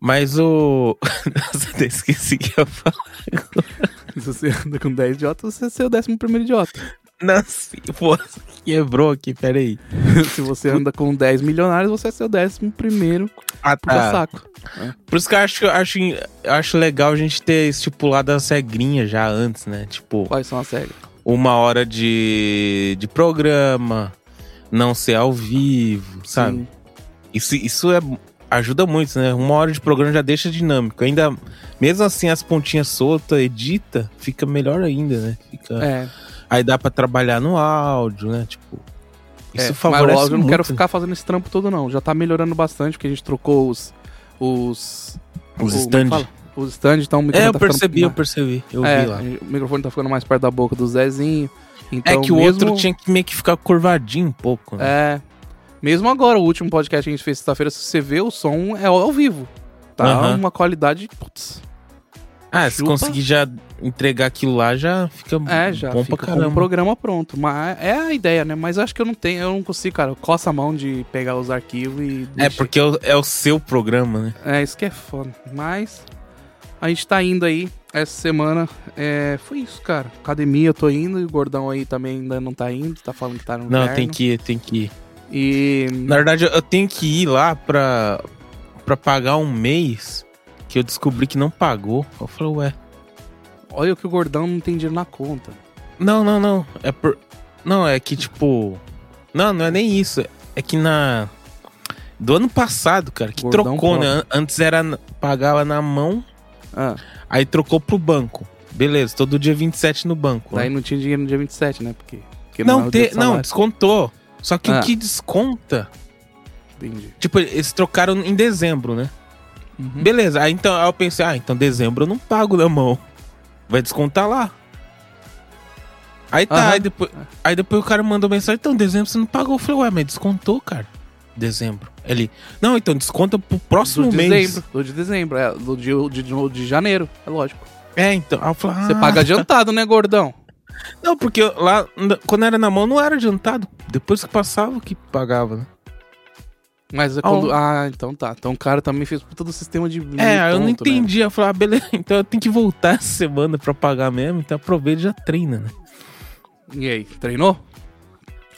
S2: Mas o. Nossa, até esqueci que eu ia falar.
S1: Se você anda com 10 idiotas, você é seu 11 primeiro idiota.
S2: Nossa, pô, quebrou aqui, peraí.
S1: se você anda com 10 milionários, você é seu 11 primeiro
S2: Ah,
S1: pro saco.
S2: Por isso que eu acho, eu acho, eu acho legal a gente ter estipulado as regrinhas já antes, né? Tipo,
S1: Quais são as regras?
S2: uma hora de, de programa, não ser ao vivo, sabe?
S1: Sim.
S2: Isso, isso é, ajuda muito, né? Uma hora de programa já deixa dinâmico. Ainda, mesmo assim, as pontinhas soltas, edita, fica melhor ainda, né? Fica,
S1: É,
S2: Aí dá pra trabalhar no áudio, né? Tipo,
S1: É,
S2: isso favorece
S1: mas logo eu não
S2: muito.
S1: quero ficar fazendo esse trampo todo, não. Já tá melhorando bastante, porque a gente trocou os. Os.
S2: os
S1: o-
S2: stand.
S1: como é que fala? Os stands, então o
S2: É,
S1: microfone
S2: eu
S1: tá
S2: percebi, eu
S1: ficando...
S2: percebi. Eu
S1: é,
S2: vi lá.
S1: O microfone tá ficando mais perto da boca do Zezinho. Então,
S2: é que o
S1: mesmo...
S2: outro tinha que meio que ficar curvadinho um pouco, né?
S1: É. Mesmo agora, o último podcast que a gente fez sexta-feira, se você vê, o som é ao vivo. Tá
S2: Aham.
S1: uma qualidade. Putz.
S2: ah, se
S1: chupa.
S2: conseguir já entregar aquilo lá, já fica
S1: É, já
S2: Uhum. bom
S1: fica
S2: pra
S1: com
S2: caramba.
S1: o programa pronto. Mas é a ideia, né? Mas eu acho que eu não tenho, eu não consigo, cara. Coça a mão de pegar os arquivos e.
S2: É,
S1: deixar.
S2: porque é o, é o seu programa, né?
S1: É, isso que é foda. Mas a gente tá indo aí. Essa semana é, foi isso, cara. Academia eu tô indo e o gordão aí também ainda não tá indo. Tá falando que tá no
S2: Não,
S1: inverno.
S2: tem que ir, tem que ir.
S1: E.
S2: Na verdade, eu- eu tenho que ir lá pra, pra pagar um mês que eu descobri que não pagou. Eu falei, ué.
S1: Olha que o gordão não tem dinheiro na conta.
S2: Não, não, não. É por. Não, é que tipo. Não, não é nem isso. É que na. Do ano passado, cara, que
S1: Gordão
S2: trocou, né? An- Antes era. na- Pagava na mão,
S1: Ah,
S2: aí trocou pro banco. Beleza, todo dia 27 no banco.
S1: daí
S2: né?
S1: não tinha dinheiro no dia 27, né? Porque. porque é
S2: Não,
S1: o dia
S2: te,
S1: do
S2: não,
S1: salário.
S2: descontou. Só que
S1: Ah.
S2: o que desconta.
S1: Entendi.
S2: Tipo, eles trocaram em dezembro, né?
S1: Uhum.
S2: Beleza, aí então aí eu pensei, ah, então dezembro eu não pago na mão. Vai descontar lá. Aí tá,
S1: Aham.
S2: aí, depois, aí depois o cara mandou mensagem, então dezembro você não pagou. Eu falei, ué, mas descontou, cara. Dezembro. Ele, não, então desconta pro próximo
S1: Do de
S2: mês.
S1: dezembro, do de dezembro, é, do de, de, de, de janeiro, é lógico.
S2: É, então. Aí eu falei,
S1: Você
S2: ah,
S1: paga adiantado, né, gordão?
S2: Não, porque eu- lá, n- quando era na mão, não era adiantado. Depois que passava que pagava, né?
S1: Mas é quando. Ah, então tá. Então o cara também fez todo o sistema de. né?
S2: É, eu não entendi. Eu falei, ah, beleza, então eu tenho que voltar essa semana pra pagar mesmo, então aproveita e já treina, né?
S1: E aí, treinou?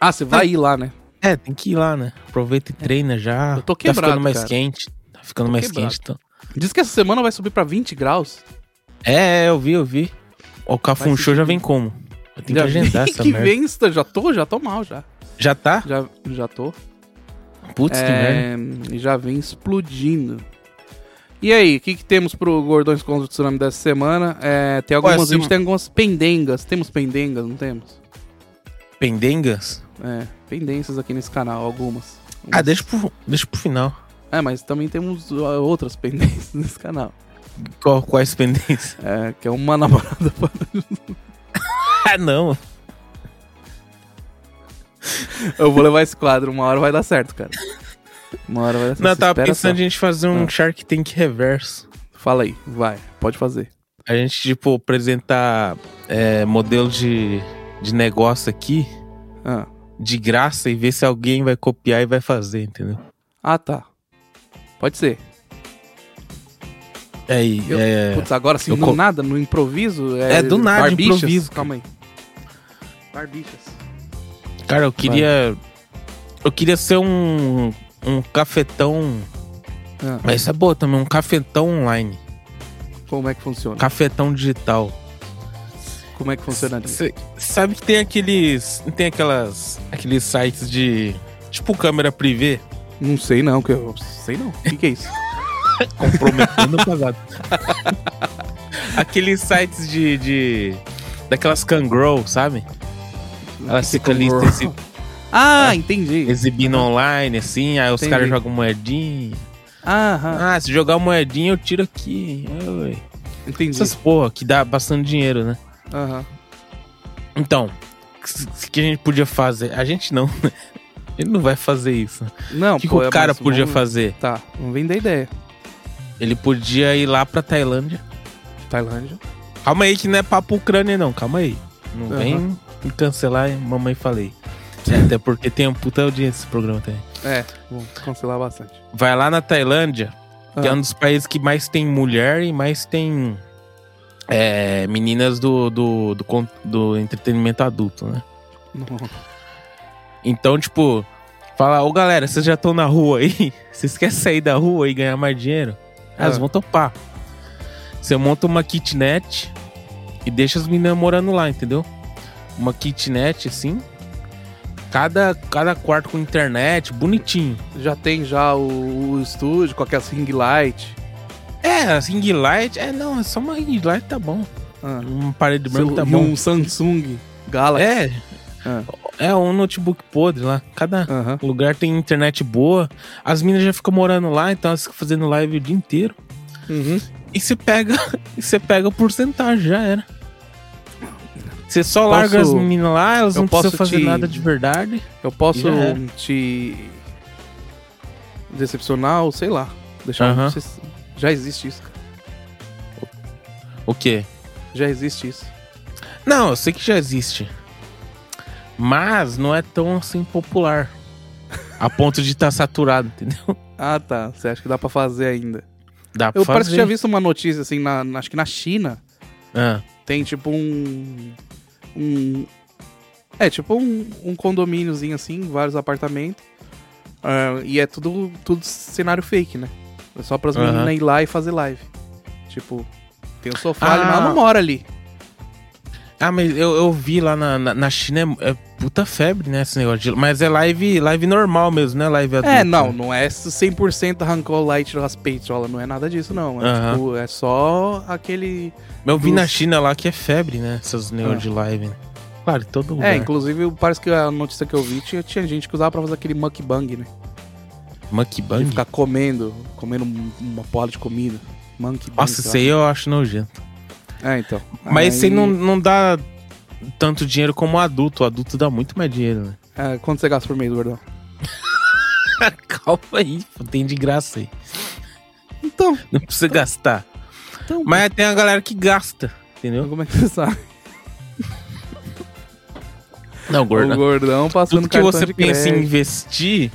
S1: Ah, você vai ir lá, né?
S2: É, tem que ir lá, né? Aproveita e treina já.
S1: É. Eu tô quebrado,
S2: Tá ficando mais
S1: cara.
S2: quente. Tá ficando
S1: Tô
S2: mais
S1: quebrado.
S2: quente. Então.
S1: Diz que essa semana vai subir pra 20 graus.
S2: É, é, eu vi, eu vi. O Cafunchô já vem como? Eu tenho que agendar
S1: vem
S2: essa
S1: que
S2: merda.
S1: vem, insta- já tô, já tô mal já.
S2: Já tá?
S1: Já, já tô.
S2: Putz, que merda.
S1: É, e já vem explodindo. E aí, o que, que temos pro Gordões contra o Tsunami dessa semana? É, tem algumas, a gente
S2: semana-
S1: tem algumas pendengas. Temos pendengas, não temos?
S2: Pendengas?
S1: É, pendências aqui nesse canal, algumas.
S2: Ah, deixa pro, deixa pro final.
S1: É, mas também temos ah, outras pendências nesse canal.
S2: Qual, quais pendências?
S1: É, que é uma namorada pra
S2: ah, não.
S1: Eu vou levar esse quadro, uma hora vai dar certo, cara. Uma hora vai dar certo.
S2: Não, eu
S1: Você
S2: tava
S1: espera
S2: pensando
S1: só.
S2: em a gente fazer um
S1: Ah.
S2: Shark Tank reverso.
S1: Fala aí, vai, pode fazer.
S2: A gente, tipo, apresentar é, modelo de, de negócio aqui,
S1: Ah,
S2: de graça, e ver se alguém vai copiar e vai fazer, entendeu?
S1: ah tá. Pode ser.
S2: É, e-
S1: Eu-
S2: é,
S1: Putz, agora sim,
S2: eu
S1: do
S2: co-
S1: nada, no improviso. É,
S2: É, do nada,
S1: barbichas.
S2: improviso,
S1: Calma aí. Barbichas.
S2: Cara, eu queria. Eu queria ser um. Um cafetão.
S1: Ah,
S2: Mas isso é boa também, um cafetão online.
S1: como é que funciona?
S2: Cafetão digital.
S1: Como é que funciona isso?
S2: Cê sabe que tem aqueles. Tem aquelas. Aqueles sites de. Tipo câmera privê.
S1: Não sei não, que eu sei não. O que, que é isso?
S2: Comprometendo o casado. aqueles sites de. de daquelas Kangrow, sabe? Elas ficam ali
S1: Kangaroo.
S2: exi-
S1: Ah, entendi.
S2: exibindo online, assim, aí os
S1: Entendi.
S2: caras jogam moedinha.
S1: Aham,
S2: Ah, se jogar moedinha, eu tiro aqui. Oi.
S1: entendi.
S2: Essas porra que dá bastante dinheiro, né?
S1: Aham.
S2: Então, o que a gente podia fazer? A gente não, né? Ele não vai fazer isso.
S1: Não,
S2: O que, que
S1: pô, é
S2: o cara
S1: mais-
S2: podia
S1: vamos-
S2: fazer?
S1: Tá, não vem da ideia.
S2: Ele podia ir lá pra Tailândia.
S1: Tailândia.
S2: Calma aí, que não é papo Ucrânia, não. Calma aí. Não
S1: Aham.
S2: vem me cancelar, hein? mamãe falei. É, até porque tem um puta audiência esse programa também.
S1: É, vou cancelar bastante.
S2: Vai lá na Tailândia, que é
S1: Ah.
S2: um dos países que mais tem mulher e mais tem é, meninas do, do, do, con- do entretenimento adulto, né?
S1: Não.
S2: Então, tipo, fala, ô galera, vocês já estão na rua aí? Vocês querem sair da rua e ganhar mais dinheiro? Elas
S1: Ah.
S2: vão topar. Você monta uma kitnet e deixa as meninas morando lá, entendeu? Uma kitnet, assim. Cada, cada quarto com internet, bonitinho.
S1: Já tem já o, o estúdio com aquelas ring light.
S2: É, as ring light. É, não, é só uma ring light, tá bom.
S1: Ah,
S2: Uma parede branca,
S1: seu-
S2: tá
S1: e
S2: bom.
S1: um Samsung Galaxy.
S2: É.
S1: Ah.
S2: É um notebook podre lá. Cada,
S1: Aham.
S2: O lugar tem internet boa. As minas já ficam morando lá, então elas ficam fazendo live o dia inteiro.
S1: Uhum.
S2: E você pega, e você pega o porcentagem, já era. Você só
S1: Posso-
S2: larga as meninas lá, elas
S1: eu
S2: não precisam
S1: posso
S2: fazer
S1: te-
S2: nada de verdade.
S1: Eu posso
S2: Já era.
S1: te decepcionar ou sei lá. Deixar
S2: Aham.
S1: vocês- Já existe isso, cara.
S2: O quê?
S1: Já existe isso.
S2: Não, eu sei que já existe. Mas não é tão assim popular. A ponto de estar saturado, entendeu?
S1: Ah, tá. Você acha que dá pra fazer ainda?
S2: Dá pra
S1: Eu
S2: fazer.
S1: parece que tinha visto uma notícia assim, na, na- acho que na China.
S2: Ah,
S1: Tem tipo um. Um. É, tipo um, um condomíniozinho assim, vários apartamentos. Ah, e é tudo, tudo cenário fake, né? É só pras
S2: Aham.
S1: meninas ir lá e fazer live. Tipo, tem o sofá ali,
S2: Ah.
S1: mas ela não mora ali.
S2: Ah, mas eu, eu vi lá na, na, na China, é, é puta febre, né, esse negócio de... Mas é live, live normal mesmo, né, live adulta.
S1: É, não, não é 100% arrancou o light das peitolas, não é nada disso, não. É,
S2: Aham.
S1: tipo, é só aquele.
S2: Mas Eu vi
S1: Dos-
S2: na China lá que é febre, né? Essas negócios
S1: Ah.
S2: de live. né? Claro, em todo lugar.
S1: É, inclusive, parece que a notícia que eu vi tinha, tinha gente que usava pra fazer aquele mukbang, né? De
S2: Mukbang?
S1: ficar comendo, comendo um- uma porra de comida. Monkey
S2: Nossa, isso aí eu acho nojento.
S1: É, então.
S2: Mas isso aí
S1: Aí,
S2: não, não dá tanto dinheiro como adulto. O adulto dá muito mais dinheiro, né?
S1: é, quanto você gasta por mês, gordão?
S2: Calma aí, pô, tem de graça aí.
S1: Então,
S2: Não precisa gastar.
S1: então.
S2: Mas tem a galera que gasta, entendeu?
S1: Como é que você sabe?
S2: Não,
S1: O gordão passando
S2: Tudo que tá
S1: cartão
S2: você
S1: de
S2: pensa em
S1: crédito.
S2: investir,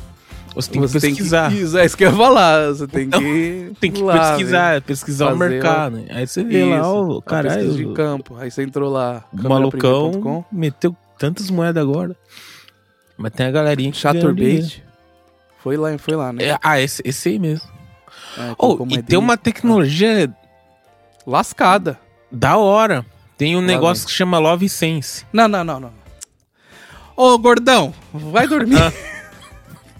S2: Você tem que pesquisar. Então,
S1: Tem que, isso, é isso que eu ia falar. Você tem que.
S2: Tem que
S1: ir lá,
S2: pesquisar, pesquisar o
S1: Fazer
S2: mercado. né? Aí você
S1: velho.
S2: vê lá,
S1: Isso,
S2: ó,
S1: a pesquisa de
S2: caralho,
S1: campo. Aí você entrou lá.
S2: o malucão
S1: câmeraprima.com,
S2: meteu tantas moedas agora. Mas tem a galerinha que ganhou dinheiro.
S1: Chaturbate. Foi lá, foi lá, né?
S2: É, ah, esse, esse aí mesmo.
S1: É,
S2: Oh,
S1: colocou
S2: e
S1: moedinha.
S2: tem uma tecnologia
S1: Lascada.
S2: da hora. Tem um
S1: Lá
S2: negócio que chama Love Sense.
S1: Não, não, não, não. Ô, gordão, vai dormir.
S2: Ah.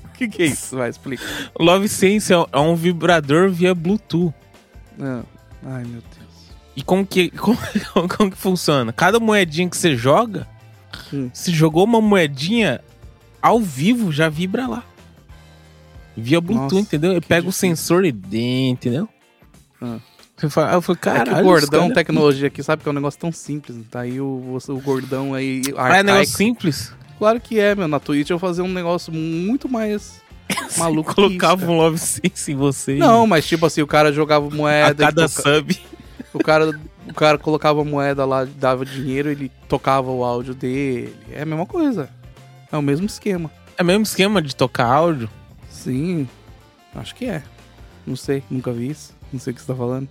S1: O que, que é isso? Vai, explica.
S2: Love Sense é é um vibrador via Bluetooth.
S1: Ah, Ai, meu Deus.
S2: E como que, como, como que funciona? Cada moedinha que você joga,
S1: Hum.
S2: se jogou uma moedinha ao vivo, já vibra lá. Via Bluetooth,
S1: Nossa,
S2: entendeu? Ele
S1: que
S2: pega o
S1: difícil.
S2: sensor e dê, entendeu?
S1: Ah.
S2: Você fala, eu falei,
S1: É que
S2: caralho,
S1: o
S2: os
S1: gordão,
S2: caras-
S1: tecnologia aqui, sabe que é um negócio tão simples. Tá aí o, o gordão aí.
S2: Ah, é
S1: tá arcaico.
S2: negócio simples.
S1: Claro que é, meu. Na Twitch eu vou fazer um negócio muito mais. Maluco
S2: Você
S1: que isso,
S2: colocava
S1: cara.
S2: um Love Sense em você.
S1: Não, mas tipo assim, o cara jogava
S2: a
S1: moeda. tipo,
S2: cada
S1: ele toca-
S2: sub.
S1: o, cara, o cara colocava moeda lá, dava dinheiro, ele tocava o áudio dele. É a mesma coisa. É o mesmo esquema.
S2: É o mesmo esquema de tocar áudio.
S1: Sim, acho que é. Não sei, nunca vi isso. Não sei o que você tá falando.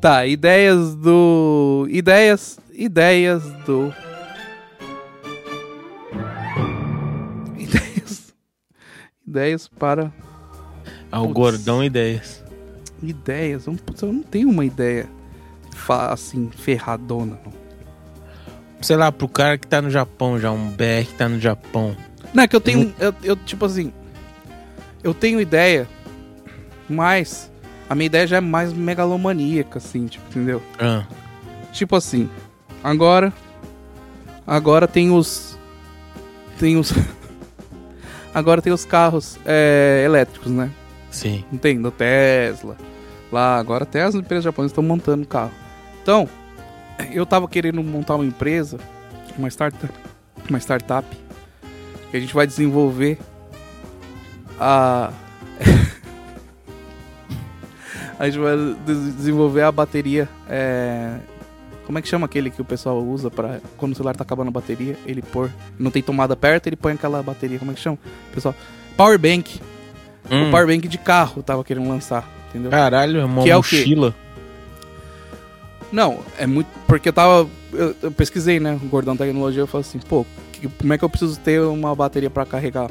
S1: tá, ideias do. Ideias. Ideias do. Ideias. Ideias para.
S2: Ah, o
S1: Putz.
S2: gordão ideias.
S1: Ideias. Eu não- putz, eu não tenho uma ideia fa- assim, ferradona. não.
S2: Sei lá, pro cara que tá no Japão já, um BR que tá no Japão.
S1: Não, é que eu tenho. Eu, eu, tipo assim. Eu tenho ideia, mas. A minha ideia já é mais megalomaníaca, assim, tipo, entendeu?
S2: Ah,
S1: Tipo assim. Agora. Agora tem os. Tem os. agora tem os carros é, elétricos, né?
S2: sim.
S1: Não tem? Da Tesla. Lá, agora até as empresas japonesas estão montando carro. Então, eu tava querendo montar uma empresa, uma startup, uma startup que a gente vai desenvolver a a gente vai des- desenvolver a bateria é, como é que chama aquele que o pessoal usa para quando o celular tá acabando a bateria, ele pôr, não tem tomada perto, ele põe aquela bateria, como é que chama? Pessoal, power bank
S2: Hum,
S1: o power bank de carro tava querendo lançar, entendeu?
S2: Caralho, é uma
S1: Que é o quê?
S2: mochila.
S1: Não, é muito. Porque eu tava. Eu, eu pesquisei, né? O Gordão Tecnologia, eu falei assim, pô, que- como é que eu preciso ter uma bateria pra carregar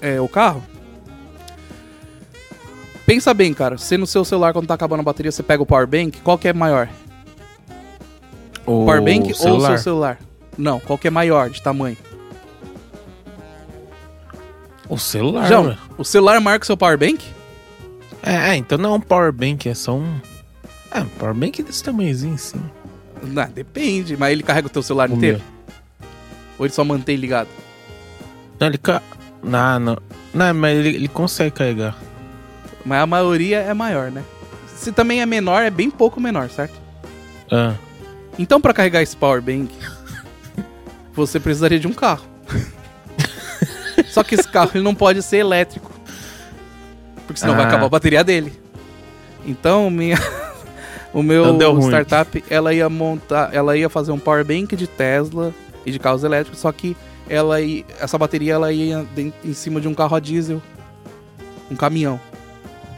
S1: é, o carro? Pensa bem, cara. Se no seu celular, quando tá acabando a bateria, você pega o power bank, qual que é maior?
S2: O
S1: power bank ou o
S2: celular.
S1: seu celular? Não, qual que é maior de tamanho?
S2: O celular,
S1: João,
S2: ué.
S1: o celular é maior que o seu power bank?
S2: É, é, então não é um power bank, é só um... É, um power bank desse tamanhozinho, sim.
S1: Não, depende, mas ele carrega o teu celular
S2: O
S1: inteiro?
S2: meu.
S1: Ou ele só mantém ligado?
S2: Não, ele... Ca... Não, não. Não, mas ele, ele consegue carregar.
S1: Mas a maioria é maior, né? Se também é menor, é bem pouco menor, certo?
S2: Ah,
S1: Então, pra carregar esse power bank, você precisaria de um carro. Só que esse carro ele não pode ser elétrico. Porque senão vai
S2: Ah.
S1: acabar a bateria dele. Então, minha o meu
S2: Então deu ruim.
S1: startup, ela ia montar, ela ia fazer um power bank de Tesla e de carros elétricos, só que ela ia, essa bateria ela ia den- em cima de um carro a diesel, um caminhão.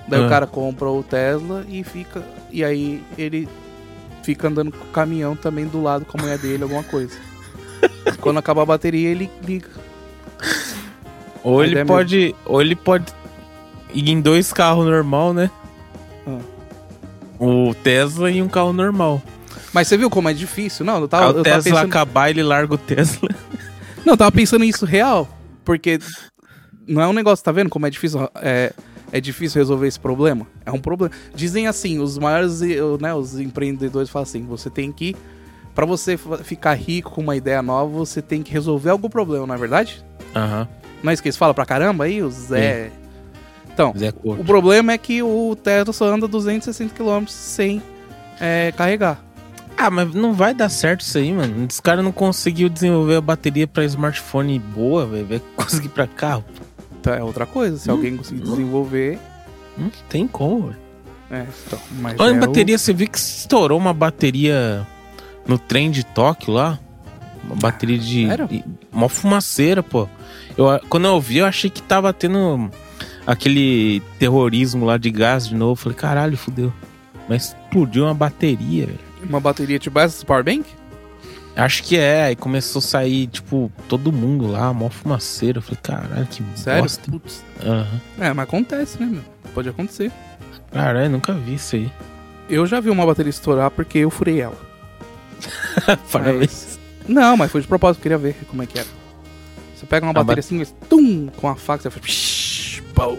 S1: Daí
S2: Ah.
S1: o cara compra o Tesla e fica e aí ele fica andando com o caminhão também do lado com a mulher dele, alguma coisa. Quando acabar a bateria, ele liga.
S2: ou,
S1: A
S2: ele
S1: ideia
S2: pode, ou ele pode ir em dois carros normal, né?
S1: Ah.
S2: O Tesla e um carro normal.
S1: Mas você viu como é difícil? Não, eu tava,
S2: Aí
S1: eu
S2: Ah, o
S1: tava
S2: Tesla
S1: pensando...
S2: acabar, ele larga o Tesla.
S1: Não, eu tava pensando nisso real. Porque não é um negócio, tá vendo como é difícil? É, é difícil resolver esse problema? É um problema. Dizem assim, os maiores, eh, né, os empreendedores falam assim, você tem que, Pra você fa- ficar rico com uma ideia nova, você tem que resolver algum problema, não é verdade?
S2: Aham.
S1: Não é isso que eles falam pra caramba aí, o Zé... Então,
S2: Zé
S1: o
S2: Corto.
S1: problema é que o Tesla só anda 260 km sem eh, carregar.
S2: Ah, mas não vai dar certo isso aí, mano. Os caras não conseguiu desenvolver a bateria pra smartphone boa, velho. Vai conseguir pra carro.
S1: Então é outra coisa, se alguém conseguir desenvolver...
S2: Não tem como, velho.
S1: É, então, mas
S2: Olha,
S1: é
S2: em
S1: o-
S2: bateria, você viu que estourou uma bateria no trem de Tóquio lá? Uma bateria de.
S1: Ah, Sério?
S2: de- Mó fumaceira, pô. Eu, a- quando eu ouvi, eu achei que tava tendo aquele terrorismo lá de gás de novo. Falei, caralho, fudeu. Mas explodiu uma bateria, velho.
S1: Uma bateria tipo essa, Powerbank?
S2: Acho que é, aí começou a sair, tipo, todo mundo lá, mó fumaceira. Eu falei, caralho, que
S1: Sério?
S2: bosta.
S1: Putz.
S2: Aham.
S1: É, mas acontece, né, meu? Pode acontecer.
S2: Caralho, nunca vi isso aí.
S1: Eu já vi uma bateria estourar porque eu furei ela.
S2: Parabéns.
S1: Não, mas foi de propósito, queria ver como é que era. Você pega uma
S2: Ah,
S1: bateria assim, mas tum, com a faca, você faz. psh, pau.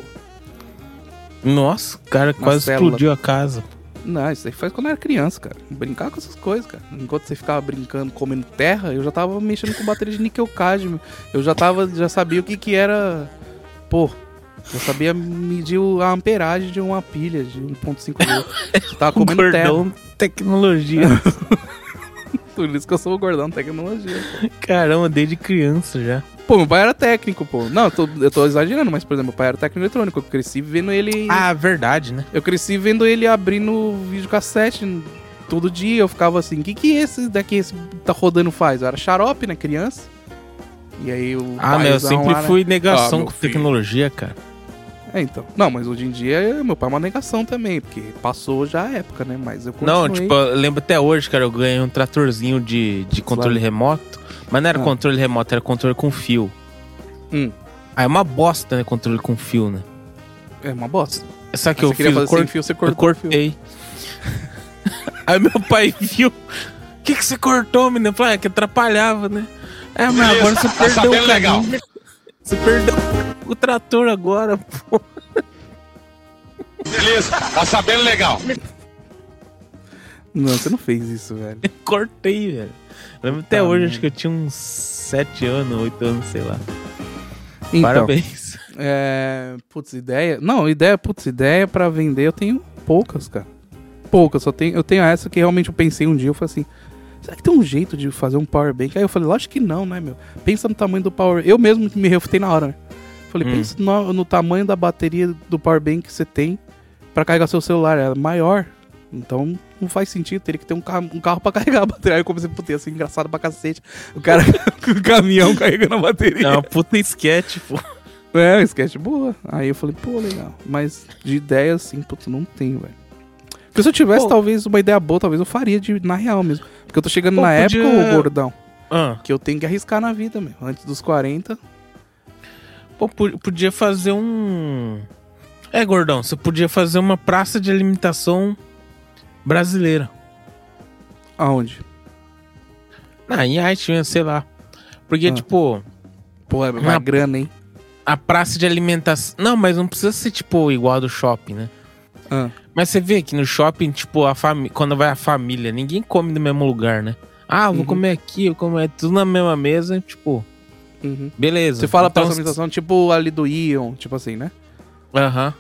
S2: Nossa, o cara
S1: Na
S2: quase
S1: célula. Tá
S2: explodiu a casa.
S1: Não, isso aí faz quando eu era criança, cara. Brincar com essas coisas, cara. Enquanto você ficava brincando, comendo terra, eu já tava mexendo com bateria de níquel cadmio. Eu já tava, já sabia o que que era. Pô, já sabia medir o- a amperagem de uma pilha de 1.5 volt. Eu tava
S2: Um
S1: comendo terra.
S2: cordão tecnologia.
S1: Por isso que eu sou o gordão tecnologia.
S2: Caramba, desde criança já.
S1: Pô, meu pai era técnico, pô. Não, eu tô, eu tô exagerando, mas, por exemplo, meu pai era técnico eletrônico. Eu cresci vendo ele.
S2: Ah, verdade, né?
S1: Eu cresci vendo ele abrindo videocassete todo dia. Eu ficava assim, o que, que esse daqui esse tá rodando faz? Eu era xarope, né, criança? E aí o.
S2: Ah, meu, eu
S1: paizão
S2: sempre
S1: lá, né?
S2: fui
S1: Ah,
S2: negação
S1: meu
S2: com
S1: filho.
S2: tecnologia, cara.
S1: É, então. Não, mas hoje em dia meu pai é uma negação também, porque passou já a época, né? Mas eu continuei.
S2: Não, tipo, eu lembro até hoje, cara, eu ganhei um tratorzinho de, de controle
S1: Suave.
S2: remoto. Mas não era
S1: Ah.
S2: controle remoto, era controle com fio.
S1: Hum.
S2: Aí é uma bosta, né, controle com fio, né?
S1: É uma bosta.
S2: Só que
S1: Aí
S2: eu
S1: Ah, você queria
S2: fiz, eu
S1: fazer
S2: cor-
S1: sem fio, você
S2: eu
S1: cortou. o fio.
S2: cortei. Aí meu pai viu. O que, que você cortou, menino? Eu falei, ah, que atrapalhava, né? É, mas agora
S1: tá
S2: você perdeu
S3: sabendo
S2: o
S3: legal.
S2: caminho. Você perdeu o trator agora, pô.
S3: Beleza, tá sabendo legal.
S1: Não, você não fez isso, velho.
S2: Cortei, velho. Eu Lembro até
S1: Tá,
S2: hoje,
S1: mano.
S2: acho que eu tinha uns 7 anos, 8 anos, sei lá.
S1: Então,
S2: Parabéns.
S1: É. Putz, ideia. Não, ideia, putz, ideia pra vender eu tenho poucas, cara. Poucas, só tenho. Eu tenho essa que realmente eu pensei um dia, eu falei assim. Será que tem um jeito de fazer um power bank? Aí eu falei, lógico que não, né, meu? Pensa no tamanho do power. Eu mesmo me refutei na hora, né? Falei,
S2: Hum.
S1: pensa no, no tamanho da bateria do power bank que você tem pra carregar seu celular. É maior. Então não faz sentido, teria que ter um carro, um carro pra carregar a bateria. Aí eu comecei, puta, ia ser engraçado pra cacete. O cara com o caminhão carregando a bateria.
S2: É uma puta esquete, pô.
S1: É, um sketch boa. Aí eu falei, pô, legal. Mas de ideia, assim, putz, não tenho, velho. Porque se eu tivesse,
S2: Pô.
S1: talvez, uma ideia boa, talvez eu faria de, na real mesmo. Porque eu tô chegando
S2: Pô,
S1: na
S2: podia-
S1: época, ô gordão,
S2: Ah,
S1: que eu tenho que arriscar na vida, meu. Antes dos 40.
S2: pô, po- podia fazer um. É, gordão, você podia fazer uma praça de alimentação brasileira.
S1: Aonde?
S2: Ah, em Aitinha, sei lá. Porque,
S1: Ah.
S2: tipo,
S1: Pô, é uma
S2: Na-
S1: grana, hein?
S2: a praça de alimentação. Não, mas não precisa ser, tipo, igual a do shopping, né?
S1: Ah.
S2: Mas você vê que no shopping, tipo, a fami... quando vai a família, ninguém come no mesmo lugar, né? Ah, eu vou
S1: Uhum.
S2: comer aqui, eu como é tudo na mesma mesa, tipo,
S1: Uhum.
S2: beleza.
S1: Você fala pra
S2: Então,
S1: essa alimentação, tipo ali do Ion, tipo assim, né?
S2: Aham.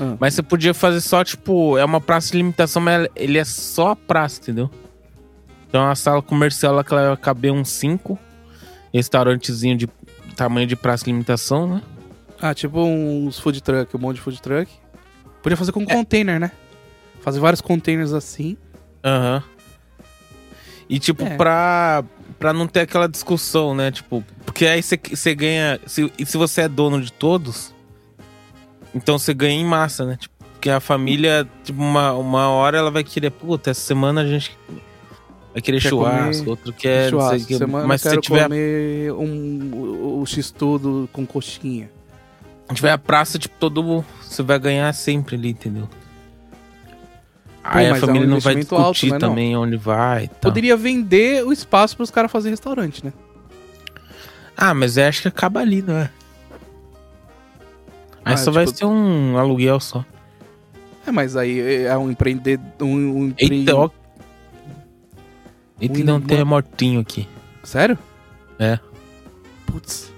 S1: Ah.
S2: Mas você podia fazer só, tipo, é uma praça de alimentação, mas ela- ele é só praça, entendeu? Então a sala comercial lá que ela vai caber uns 5. Restaurantezinho de tamanho de praça de alimentação, né?
S1: Ah, tipo uns food truck, um monte de food truck. Podia fazer com
S2: É.
S1: container, né? Fazer vários containers assim.
S2: Aham. E, tipo,
S1: É.
S2: pra, pra não ter aquela discussão, né? Tipo, porque aí você- você ganha. Se, e se você é dono de todos, então você ganha em massa, né? Tipo, porque a família, tipo, uma, uma hora ela vai querer, puta, essa semana a gente vai querer
S1: Quer
S2: churrasco,
S1: comer
S2: outro quer. É, não sei o
S1: churrasco.
S2: quê.
S1: Semana
S2: Mas
S1: Mas
S2: se
S1: eu
S2: você
S1: quero
S2: tiver,
S1: comer um, o, o x-tudo com coxinha.
S2: tiver a praça, tipo, todo mundo. Você vai ganhar sempre ali, entendeu? Aí a
S1: mas é um
S2: família não vai
S1: investimento alto,
S2: discutir
S1: né, não?
S2: também onde vai e tal.
S1: Poderia vender o espaço para os caras fazerem restaurante, né?
S2: Ah, mas eu acho que acaba ali, não é? Aí
S1: Ah,
S2: só
S1: tipo-
S2: vai ser um aluguel só.
S1: É, mas aí é um empreender, um, um empre-
S2: Eita, ó. Eita,
S1: Ui,
S2: deu um
S1: mano.
S2: terremotinho aqui.
S1: Sério?
S2: É.
S1: Putz.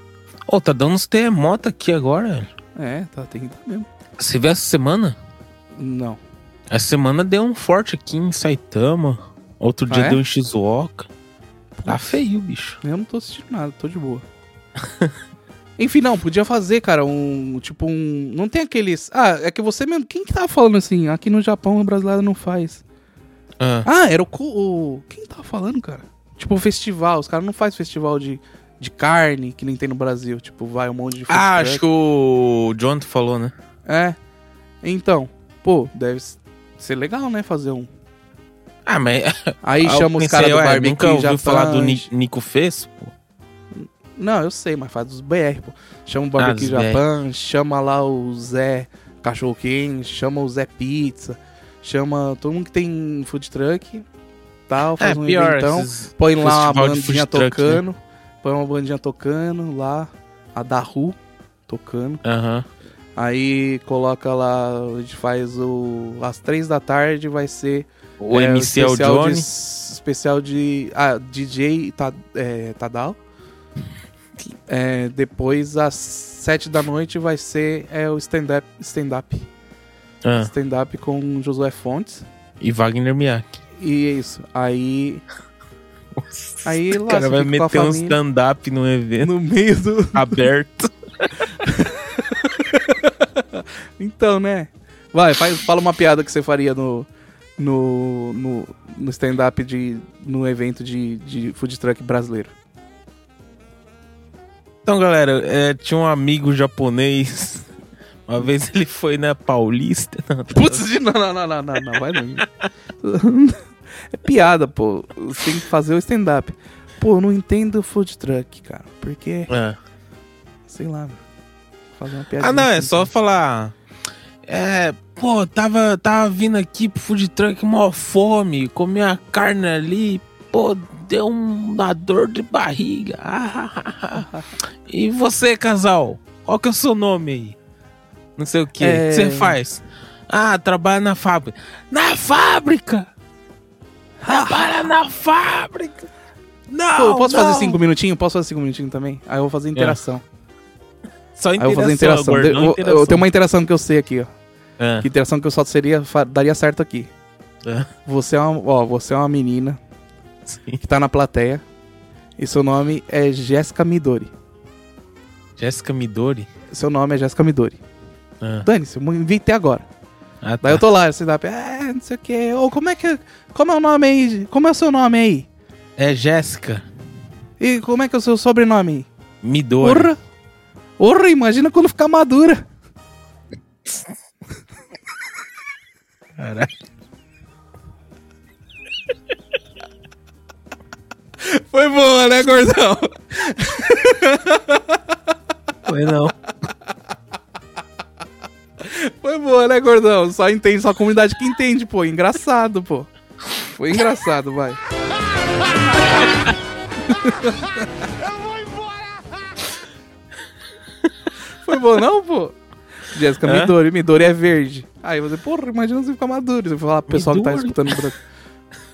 S2: Ô, tá dando uns terremotos aqui agora. velho.
S1: É, tá, tem que dar mesmo.
S2: Você viu essa semana?
S1: Não.
S2: Essa semana deu um forte aqui em Saitama. Outro
S1: Ah,
S2: dia
S1: é?
S2: deu em Shizuoka. Tá feio, bicho.
S1: Eu não tô assistindo nada, tô de boa. Enfim, não, podia fazer, cara, um. Tipo um. Não tem aqueles. Ah, é que você mesmo. Quem que tava falando assim? Aqui no Japão o brasileiro não faz.
S2: Ah,
S1: Ah, era o. co- o... Quem tava falando, cara? Tipo festival, os caras não fazem festival de, de carne, que nem tem no Brasil. Tipo, vai um monte de food
S2: Ah,
S1: truck.
S2: acho que o John falou, né?
S1: É. Então, pô, deve s- ser legal, né, fazer um.
S2: Ah, mas.
S1: Aí
S2: Ah, eu
S1: chama os
S2: pensei,
S1: caras do
S2: ué,
S1: barbecue
S2: Nunca ouviu
S1: já
S2: falar do
S1: faz.
S2: Ni- Nico Fez, pô.
S1: Não, eu sei, mas faz os BR, pô. Chama o Barbecue
S2: os BR.
S1: Japan, chama lá o Zé Cachorro Quente, chama o Zé Pizza, chama todo mundo que tem food truck, tal, faz um eventão,
S2: É, esses
S1: põe lá uma
S2: festival de food
S1: bandinha
S2: truck, né?
S1: tocando, põe uma bandinha tocando lá, a da Ru tocando.
S2: Aham.
S1: Aí coloca lá, a gente faz o às três da tarde vai ser
S2: O
S1: é,
S2: MC é o
S1: especial
S2: Johnny.
S1: de, especial de ah, DJ Ta- é, Tadal. É, depois às sete da noite vai ser é, o stand-up stand up,
S2: Ah,
S1: stand up com Josué Fontes.
S2: e Wagner Miak.
S1: E é isso. Aí aí
S2: o
S1: lá
S2: cara
S1: você fica com a
S2: vai meter um
S1: família.
S2: stand-up num evento
S1: no meio do
S2: aberto.
S1: Então, né? Vai, faz, fala uma piada que você faria no no, no, no stand-up de no evento de, de food truck brasileiro.
S2: Então, galera, é, tinha um amigo japonês. Uma vez ele foi na Paulista. Não, tá-
S1: Putz, de- não, não, não, não, não, não, vai não. É piada, pô. Você tem que fazer o stand-up. Pô, eu não entendo food truck, cara. Porque,
S2: Ah.
S1: sei lá, fazer uma assim. piada.
S2: Ah, não, é só falar. É, pô, tava, tava vindo aqui pro food truck mó fome, comi a carne ali, pô, deu uma dor de barriga. Ah, ah, ah, ah. e você, casal, qual que é o seu nome aí? Não sei o que,
S1: É.
S2: o que você faz? Ah, trabalha na fábrica. Na fábrica! Trabalha na fábrica! Não,
S1: Pô, eu posso
S2: não.
S1: fazer assim cinco minutinhos? Posso fazer cinco minutinhos também? Aí eu vou fazer interação.
S2: Só
S1: Aí eu vou fazer interação.
S2: gordão,
S1: Eu- eu- eu tenho uma interação que eu sei aqui, ó.
S2: É.
S1: Que interação que eu só seria, fa- daria certo aqui.
S2: É.
S1: Você é uma, ó, você é uma menina
S2: Sim.
S1: que tá na plateia e seu nome é Jéssica Midori.
S2: Jéssica Midori.
S1: Seu nome é Jéssica Midori.
S2: Ah.
S1: Dane-se, eu inventei agora.
S2: Ah, tá.
S1: Daí eu tô lá, você dá, é, não sei o que, ou como é que, como é o nome aí, como é o seu nome aí?
S2: É Jéssica
S1: E como é que é o seu sobrenome?
S2: Midori.
S1: Porra! Porra, imagina quando ficar madura.
S2: Caralho.
S1: Foi boa, né, gordão?
S2: Foi não.
S1: Foi boa, né, gordão? Só entende, só a comunidade que entende, pô. Engraçado, pô. Foi engraçado, vai. Foi bom, não, pô? Jéssica
S2: Hã?
S1: Midori. Midori é verde. Aí você, porra, imagina você ficar maduro. Você vai falar pro pessoal que tá
S2: Midori.
S1: escutando branco.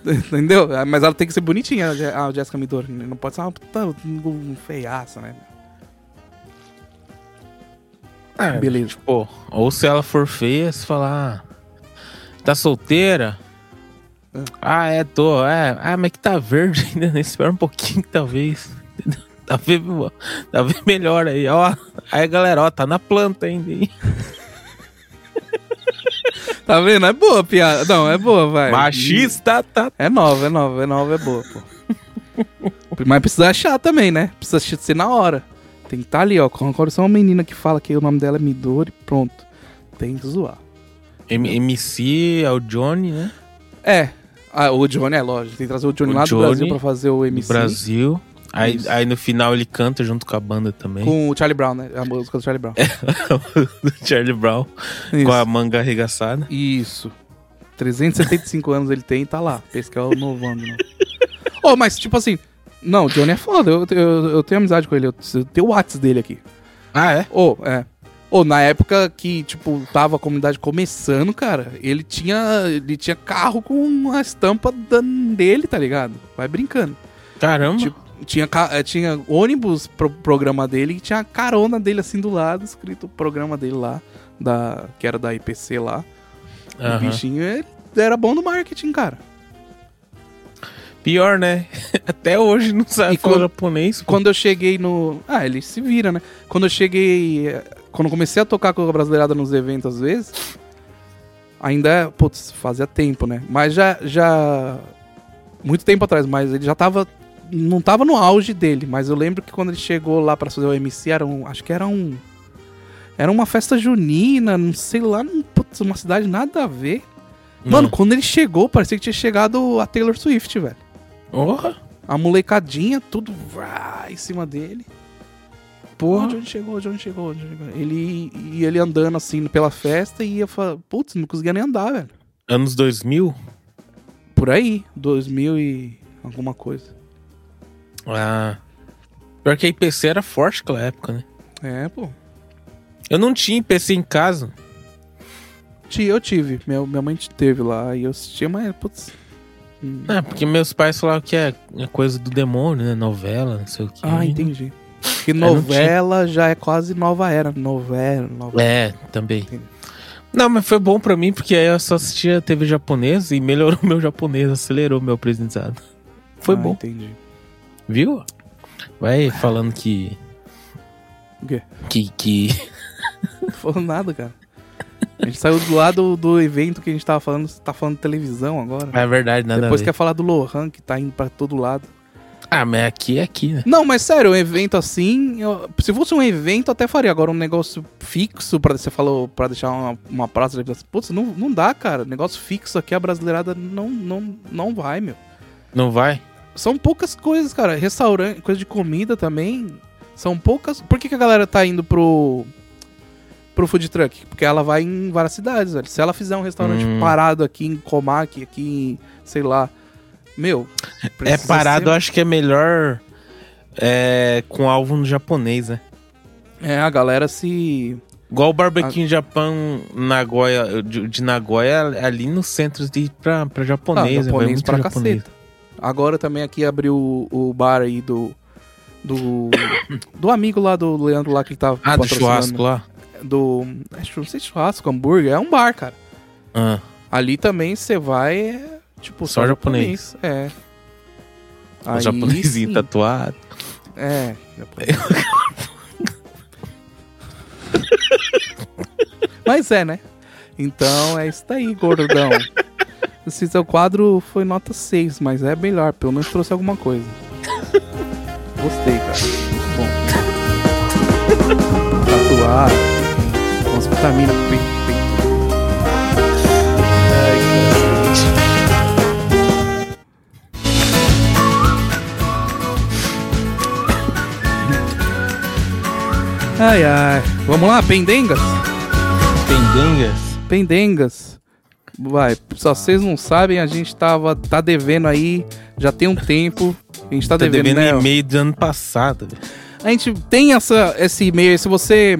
S1: Entendeu? Ah, Mas ela tem que ser bonitinha, a Je- a Jéssica Midori. Não pode ser uma puta um feiaça, né?
S2: É.
S1: Beleza.
S2: Pô, ou se ela for feia, se falar. "Ah, Tá solteira?
S1: Ah.
S2: Ah, é, tô. É. Ah, mas que tá verde ainda, né? Espera um pouquinho, talvez. Tá Talvez, talvez tá melhor aí, ó. Aí, galera, ó, tá na planta ainda, hein?
S1: Tá vendo? É boa a piada. Não, é boa, vai.
S2: Machista, tá.
S1: É nova, é nova, é nova, é boa, pô. Mas precisa achar também, né? Precisa ach- ser na hora. Tem que estar ali, ó. Agora só uma menina que fala que o nome dela é Midori, pronto. Tem que zoar.
S2: M- MC é o Johnny, né?
S1: É. Ah, o Johnny é lógico. Tem que trazer o Johnny
S2: O
S1: lá
S2: Johnny
S1: do Brasil pra fazer o
S2: Do
S1: MC.
S2: Brasil. Aí,
S1: Isso.
S2: aí no final ele canta junto com a banda também.
S1: Com o Charlie Brown, né? A música do Charlie Brown.
S2: do Charlie Brown. É, Com a
S1: Isso.
S2: manga arregaçada.
S1: Isso. 375 anos ele tem e tá lá. Pensa que é o novando, né? Ô, mas tipo assim. Não, o Johnny é foda. Eu, eu, eu tenho amizade com ele. Eu, eu tenho o WhatsApp dele aqui.
S2: Ah, é?
S1: Ô, é. Ô, na época que, tipo, tava a comunidade começando, cara, ele tinha, ele tinha carro com a estampa da- dele, tá ligado? Vai brincando.
S2: Caramba.
S1: Tipo, Tinha, ca- eh, tinha ônibus pro programa dele e tinha a carona dele assim do lado, escrito o programa dele lá, da, que era da IPC lá.
S2: Aham.
S1: O bichinho ele era bom no marketing, cara.
S2: Pior, né? Até hoje não sabe
S1: E
S2: falar
S1: quando-
S2: japonês. pô.
S1: Quando eu cheguei no. Ah, ele se vira, né? Quando eu cheguei. eh, Quando eu comecei a tocar com a brasileirada nos eventos, às vezes. Ainda. Putz, fazia tempo, né? Mas já. já muito tempo atrás, mas ele já tava não tava no auge dele, mas eu lembro que quando ele chegou lá para fazer o MC, era um, acho que era um era uma festa junina, não sei lá, num- putz, uma cidade nada a ver. Mano,
S2: Hum.
S1: quando ele chegou, parecia que tinha chegado a Taylor Swift, velho.
S2: Hum. Porra!
S1: A molecadinha, tudo vrá, em cima dele. Porra, de onde chegou, de onde chegou, de onde chegou. Ele, e ele andando assim pela festa e ia falar, putz, não conseguia nem andar, velho.
S2: Anos 2000?
S1: Por aí, 2000 e alguma coisa.
S2: Ah. Pior que a IPC era forte naquela época, né?
S1: É, pô.
S2: Eu não tinha IPC em casa.
S1: Ti- Eu tive, minha, minha mãe teve lá e eu assistia, mas, putz. hum.
S2: Ah, porque meus pais falavam que é é coisa do demônio, né? Novela, não sei o que.
S1: Ah, entendi. Que
S2: não
S1: novela já é quase nova era. Novela, novela.
S2: É, também.
S1: Entendi.
S2: Não, mas foi bom pra mim, porque aí eu só assistia TV japonesa e melhorou meu japonês, acelerou meu aprendizado. Foi
S1: Ah,
S2: bom,
S1: Entendi.
S2: viu? Vai falando que.
S1: O quê?
S2: Que. que...
S1: Não falou nada, cara. A gente saiu do lado do evento que a gente tava falando, você tá falando de televisão agora.
S2: É verdade, nada
S1: Depois
S2: a
S1: quer
S2: ver.
S1: falar do Lohan, que tá indo pra todo lado.
S2: Ah, mas aqui é aqui, né?
S1: Não, mas sério, um evento assim. eu- se fosse um evento, eu até faria. Agora, um negócio fixo, pra, você falou, pra deixar uma, uma praça. de alimentação. Putz, não, não dá, cara. Negócio fixo aqui, a brasileirada não, não, não vai, meu.
S2: Não vai?
S1: São poucas coisas, cara. Restaurante, coisa de comida também. São poucas. Por que, que a galera tá indo pro. pro food truck? Porque ela vai em várias cidades, velho. Se ela fizer um restaurante
S2: Hum.
S1: parado aqui em Comac, aqui em. sei lá. Meu.
S2: É
S1: precisa
S2: parado,
S1: ser-
S2: eu acho que é melhor é, com alvo no japonês, né?
S1: É, a galera se.
S2: Igual o
S1: Ah.
S2: barbecue em Japão, Nagoya, de, de Nagoya, ali no centro de ir pra, pra japonês, né? Vai muito
S1: Ah, pra
S2: japonês.
S1: caceta. Agora também aqui abriu o, o bar aí do. Do. do amigo lá do Leandro lá que ele tava.
S2: Ah, do
S1: patrocinando.
S2: churrasco lá?
S1: Do. Acho que não sei se churrasco, hambúrguer. É um bar, cara.
S2: Ah.
S1: Ali também você vai. é, Tipo,
S2: Só japonês.
S1: É.
S2: O
S1: Aí
S2: japonesinho tá
S1: sim.
S2: tatuado.
S1: É. Mas é, né? Então é isso daí, gordão. Esse seu quadro foi nota 6, mas é melhor, pelo menos trouxe alguma coisa. Gostei, cara. Muito bom. Tatuar. Umas vitaminas pro peito. Ai, ai. Vamos lá, pendengas?
S2: Pendengas?
S1: Pendengas. Vai,
S2: Ah.
S1: só vocês não sabem, a gente tava, tá devendo aí, já tem um tempo. A gente tá,
S2: Tá
S1: devendo,
S2: devendo
S1: né?
S2: e-mail do ano passado. velho.
S1: A gente tem essa, esse e-mail, se você...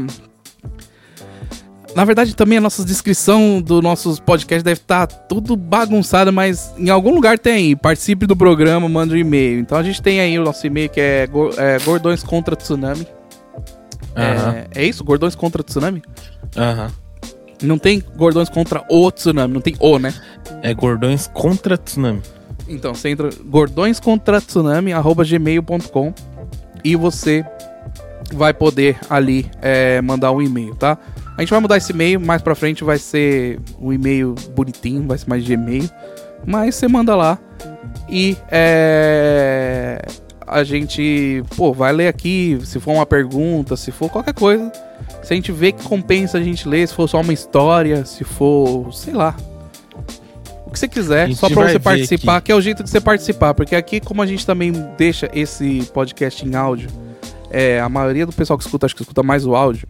S1: Na verdade, também a nossa descrição do nossos podcast deve estar tudo bagunçado, mas em algum lugar tem. Participe do programa, manda um e-mail. Então a gente tem aí o nosso e-mail que é, go- é Gordões contra Tsunami.
S2: Aham.
S1: É, é isso? Gordões contra Tsunami?
S2: Aham.
S1: Não tem Gordões contra o Tsunami, não tem o, né?
S2: É gordões contra tsunami.
S1: Então, você entra gordõescontratsunami.gmail.com e você vai poder ali é, mandar um e-mail, tá? A gente vai mudar esse e-mail, mais pra frente vai ser um e-mail bonitinho, vai ser mais Gmail. Mas você manda lá e é, a gente, pô, vai ler aqui, se for uma pergunta, se for qualquer coisa. Se a gente vê que compensa a gente ler, se for só uma história, se for, sei lá. O que você
S2: A
S1: quiser,
S2: gente
S1: só pra
S2: vai
S1: você
S2: ver
S1: participar, que é o jeito de você participar. Porque aqui, como a gente também deixa esse podcast em áudio, é, a maioria do pessoal que escuta, acho que escuta mais o áudio.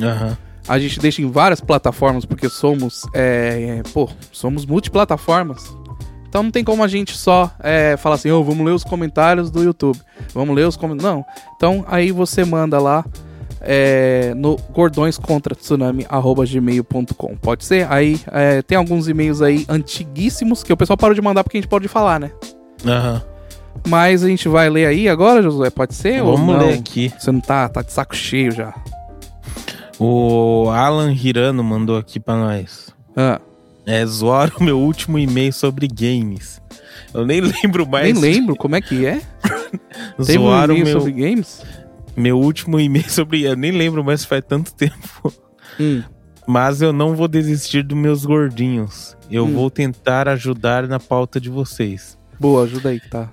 S2: Aham.
S1: A gente deixa em várias plataformas, porque somos, é, é, pô, somos multiplataformas. Então não tem como a gente só é, falar assim, "Ô, vamos ler os comentários do YouTube, vamos ler os comentários. Não. Então aí você manda lá é, no gordõescontratsunami.gmail.com. Pode ser? Aí é, tem alguns e-mails aí antiguíssimos que o pessoal parou de mandar porque a gente pode falar, né?
S2: Aham.
S1: Mas a gente vai ler aí agora, Josué? Pode ser? ou
S2: Vamos
S1: não?
S2: ler aqui.
S1: Você não tá, tá de saco cheio já.
S2: O Alan Hirano mandou aqui pra nós.
S1: Ah,
S2: É, zoaram o meu último e-mail sobre games. Eu nem lembro mais.
S1: nem lembro como é que é. Teve um
S2: Zoaram
S1: e-mail
S2: meu,
S1: sobre games?
S2: meu último e-mail sobre. Eu nem lembro mais faz tanto tempo. Mas eu não vou desistir dos meus gordinhos. Eu
S1: Hum.
S2: vou tentar ajudar na pauta de vocês.
S1: Boa, ajuda aí que tá.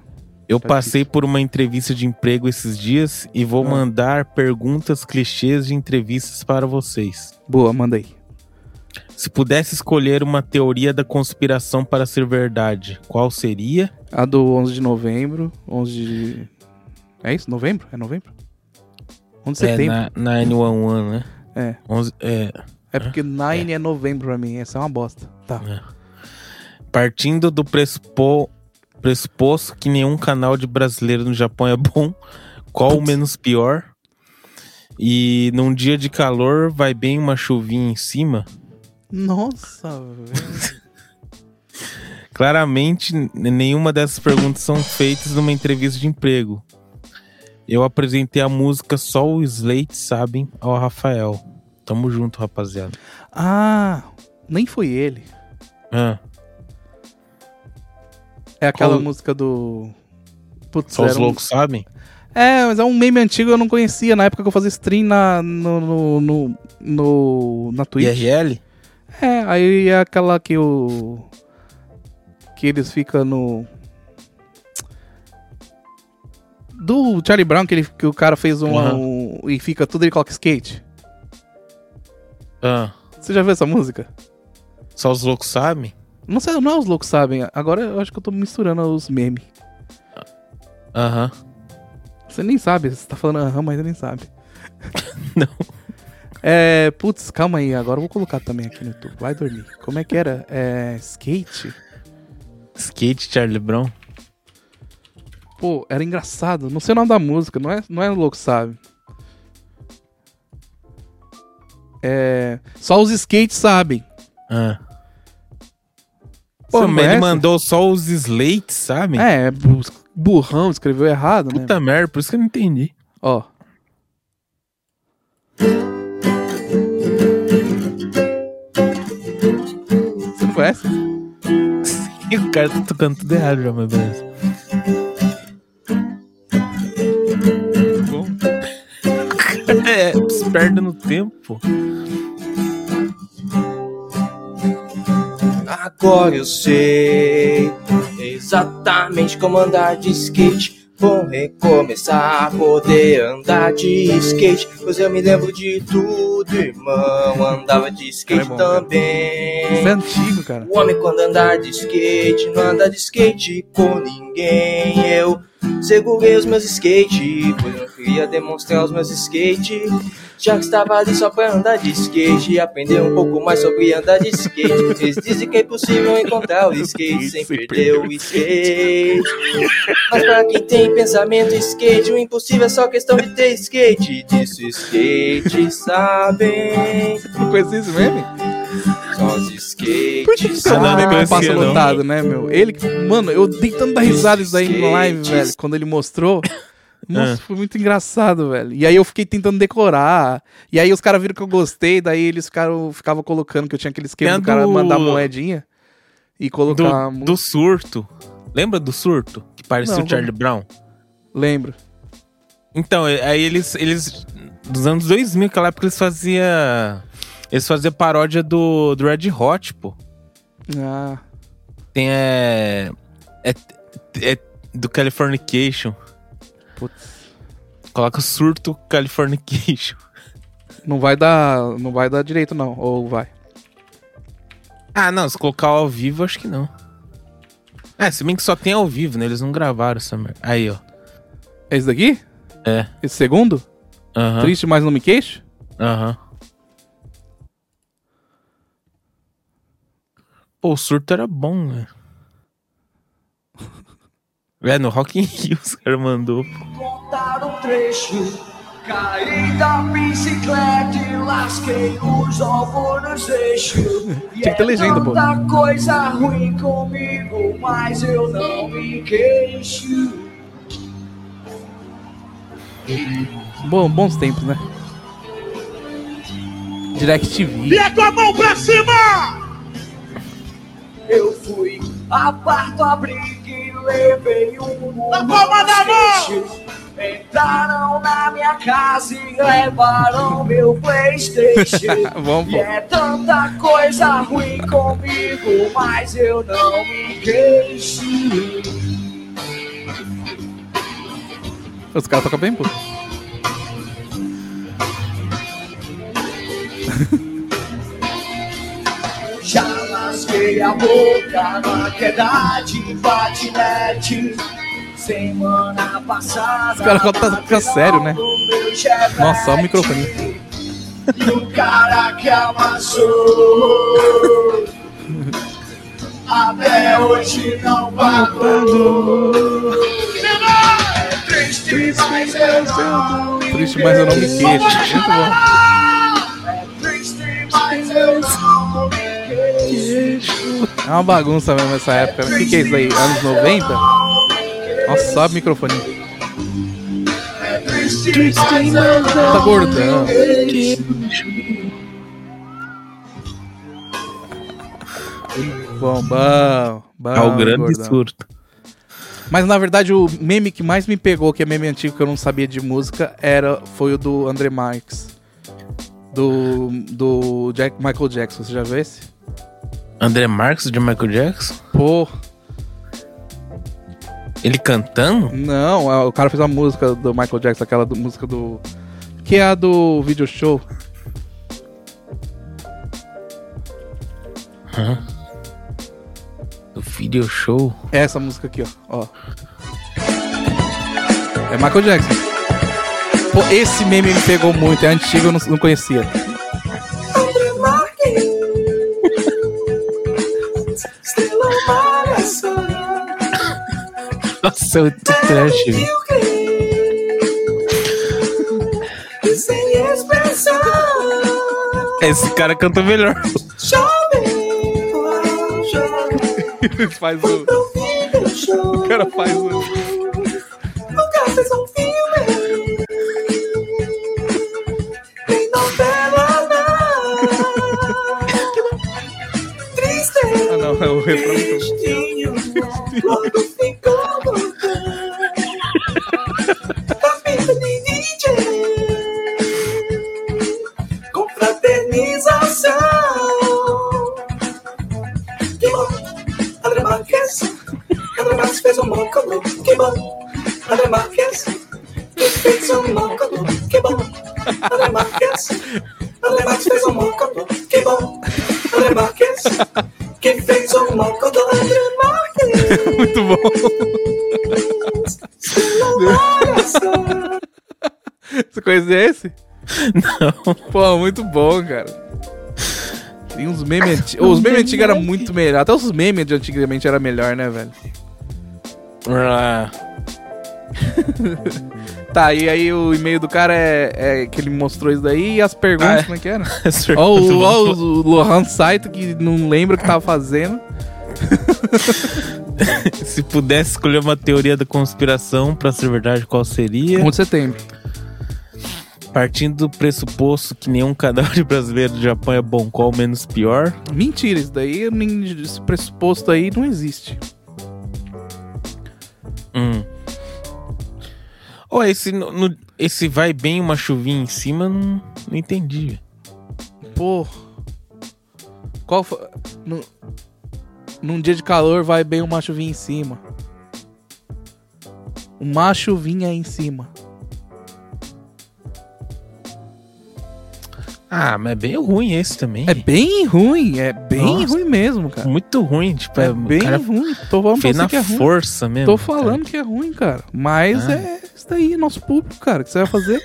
S2: Eu passei por uma entrevista de emprego esses dias e vou
S1: Ah.
S2: mandar perguntas clichês de entrevistas para vocês.
S1: Boa, manda aí.
S2: Se pudesse escolher uma teoria da conspiração para ser verdade, qual seria?
S1: A do 11 de novembro, 11 de... É isso? Novembro? É novembro? 11 de
S2: É,
S1: setembro.
S2: na, na N11, né?
S1: É.
S2: 11, é,
S1: É porque Nine é. novembro pra mim, essa é uma bosta. Tá.
S2: Partindo do pressupo- pressuposto que nenhum canal de brasileiro no Japão é bom, qual o
S1: Putz.
S2: menos pior? E num dia de calor vai bem uma chuvinha em cima?
S1: Nossa, velho.
S2: Claramente, n- nenhuma dessas perguntas são feitas numa entrevista de emprego. Eu apresentei a música Só o Slate Sabem ao Rafael. Tamo junto, rapaziada.
S1: Ah, nem foi ele.
S2: Ah,
S1: É aquela
S2: Qual-
S1: música do... Putz,
S2: só os
S1: era um-
S2: loucos sabem?
S1: É, mas é um meme antigo eu não conhecia. Na época que eu fazia stream na, no, no, no, no- na Twitch.
S2: IRL?
S1: É, aí é aquela que o. Que eles ficam no. Do Charlie Brown, que, ele, que o cara fez um, um- E fica tudo, ele coloca skate.
S2: Ah,
S1: Você já viu essa música?
S2: só os loucos sabem?
S1: Não sei, não é os loucos sabem. Agora eu acho que eu tô misturando os memes.
S2: Aham.
S1: Você nem sabe, você tá falando aham, mas você nem sabe. não. É, putz, calma aí, agora eu vou colocar também aqui no YouTube. Vai dormir. Como é que era? É, skate?
S2: Skate Charlie Brown?
S1: Pô, era engraçado. Não sei o nome da música, não é, não é louco, sabe? É. Só os skates sabem.
S2: Ah.
S1: Você
S2: Pô,
S1: não
S2: mas ele
S1: conhece?
S2: mandou só os slates, sabe?
S1: É, bu- burrão, escreveu errado, né?
S2: Puta merda, por isso que eu não entendi.
S1: Ó. Você não conhece?
S2: o cara tá tocando tudo errado já, mas beleza. Bom. O cara é esperto no tempo.
S3: Agora eu sei exatamente como andar de skate. Vou recomeçar a poder andar de skate. Pois eu me lembro de tudo, irmão. Andava de skate
S1: Cara, é bom, cara. Isso é
S3: também.
S1: antigo, cara.
S3: O Um homem quando andar de skate, não anda de skate com ninguém. Eu segurei os meus skate, pois eu queria demonstrar os meus skate. Já que estava ali só pra andar de skate e aprender um pouco mais sobre andar de skate. Eles dizem que é impossível encontrar o skate sem perder o skate. Mas pra quem tem pensamento skate, o impossível é só questão de ter skate. Disso skate sabem.
S1: Não conhecia esse meme?
S3: Só os skate
S1: Por que que seu
S2: Ah,
S1: nome
S2: não
S1: é passa
S2: conhecia, não.
S1: lotado, né, meu? Ele, que- mano, eu dei tanta risada isso daí em live,
S3: Skate.
S1: velho, quando ele mostrou. Nossa,
S2: Ah.
S1: foi muito engraçado, velho. E aí eu fiquei tentando decorar. E aí os caras viram que eu gostei, daí eles ficaram, ficavam colocando que eu tinha aquele esquema
S2: Tem a
S1: do cara
S2: é do-
S1: mandar moedinha e
S2: Do,
S1: colocar. Do...
S2: do surto. Lembra do surto? Que parecia
S1: Não,
S2: o Charlie Brown?
S1: Lembro.
S2: Então, e- aí eles, eles. Dos anos 2000, aquela época eles faziam. Eles faziam paródia do, do Red Hot, pô.
S1: Ah,
S2: Tem é, é, é do Californication.
S1: putz.
S2: Coloca surto Californication.
S1: Não vai dar, não vai dar direito, não. Ou vai.
S2: Ah, não, se colocar ao vivo, acho que não. É, se bem que só tem ao vivo, né? Eles não gravaram essa merda. Aí, ó.
S1: É esse daqui?
S2: É.
S1: Esse segundo?
S2: Aham.
S1: Triste, mas não me queixo?
S2: Aham. Pô, o surto era bom, né? É, no Rock in Rio os caras mandou.
S4: contar um trecho. Caí da bicicleta e lasquei os ovos nos eixos. E
S1: Tinha que ter
S4: é
S1: legenda, pô.
S4: tanta coisa ruim comigo, mas eu não me queixo.
S1: Bom, bons tempos, né? DirecTV.
S4: Eu fui, aparto a briga e levei um Na palma da mão! Entraram na minha casa e levaram meu Playstation
S1: Vamos,
S4: E
S1: pô.
S4: é tanta coisa ruim comigo, mas eu não me queixo
S1: Os caras tocam bem pouco.
S4: Já lasquei a boca na queda de patinete. Semana passada. Os
S1: caras contam- fica sério, né? Nossa, só o microfone.
S4: E o cara que amassou. Até hoje não pagou. É Triste, mas eu não. me
S1: Triste, mas eu não me queixo. Muito bom.
S4: É triste, mas eu não me queixo.
S1: É uma bagunça mesmo essa época. né? O que, que é isso aí? Anos 90? Nossa, sobe o microfone.
S4: É triste, mas eu não
S1: Tá gordão. Bom, bom. bom
S2: É o grande
S1: gordão.
S2: surto.
S1: Mas na verdade o meme que mais me pegou, que é meme antigo que eu não sabia de música, era foi o do André Marques. Do, do Jack, Michael Jackson, você já viu esse?
S2: André Marques de Michael Jackson?
S1: Pô,
S2: Ele cantando?
S1: não, é, o cara fez a música do Michael Jackson, aquela do- música do. Que é a do video show.
S2: Do video show?
S1: É essa música aqui, ó. ó. É Michael Jackson. Pô, esse meme me pegou muito, é antigo, eu não, não conhecia.
S2: Nossa, é muito trash, velho.
S4: Sem expressão,
S2: Esse cara canta melhor.
S4: jovem, jovem,
S1: faz o.
S4: eu choro.
S1: O cara faz um- o.
S4: Nunca fez um filme, nem novela, não. Triste,
S1: Ah não, é o refrão.
S4: tristinho, quando ficou tá voltando. A vida de DJ, com fraternização. Que bom, André Marques. André Marques fez um bom calor. Que bom, André Marques. Fez um bom calor. Que bom, André Marques. André Marques fez um bom calor. Que bom, André Marques. Que fez um bom calor. André Marques.
S1: Muito bom.
S4: Olha só.
S1: Você conhecia esse? Não. Pô, muito bom, cara. Tem uns memes antigos. Os memes antigos eram muito melhor. Até os memes de antigamente era melhor, né, velho?
S2: Ah,
S1: Tá, e aí o e-mail do cara é, é que ele mostrou isso daí e as perguntas,
S2: Ah, é.
S1: como é que era?
S2: esse
S1: Ó, o,
S2: vamos-
S1: ó, o Lohan Saito que não lembra o que tava fazendo.
S2: Se pudesse escolher uma teoria da conspiração pra ser verdade, qual seria?
S1: 1 de setembro.
S2: Partindo do pressuposto que nenhum canal de brasileiro do Japão é bom, qual menos pior?
S1: Mentira, isso daí, eu nem- esse pressuposto aí não existe.
S2: Hum. Ó, esse, no- no- esse vai bem uma chuvinha em cima, não, não entendi.
S1: Pô. Qual foi. Num, num dia de calor vai bem uma chuvinha em cima. Uma chuvinha em cima.
S2: Ah, mas é bem ruim esse também.
S1: É bem ruim, é bem
S2: Nossa.
S1: ruim mesmo, cara.
S2: É muito ruim, tipo,
S1: É
S2: o
S1: bem
S2: cara
S1: ruim. Tô falando pra
S2: fez
S1: você
S2: na
S1: que é ruim.
S2: força mesmo.
S1: Tô
S2: cara.
S1: falando que é ruim, cara. Mas
S2: Ah.
S1: é isso daí, nosso público, cara. O que você vai fazer?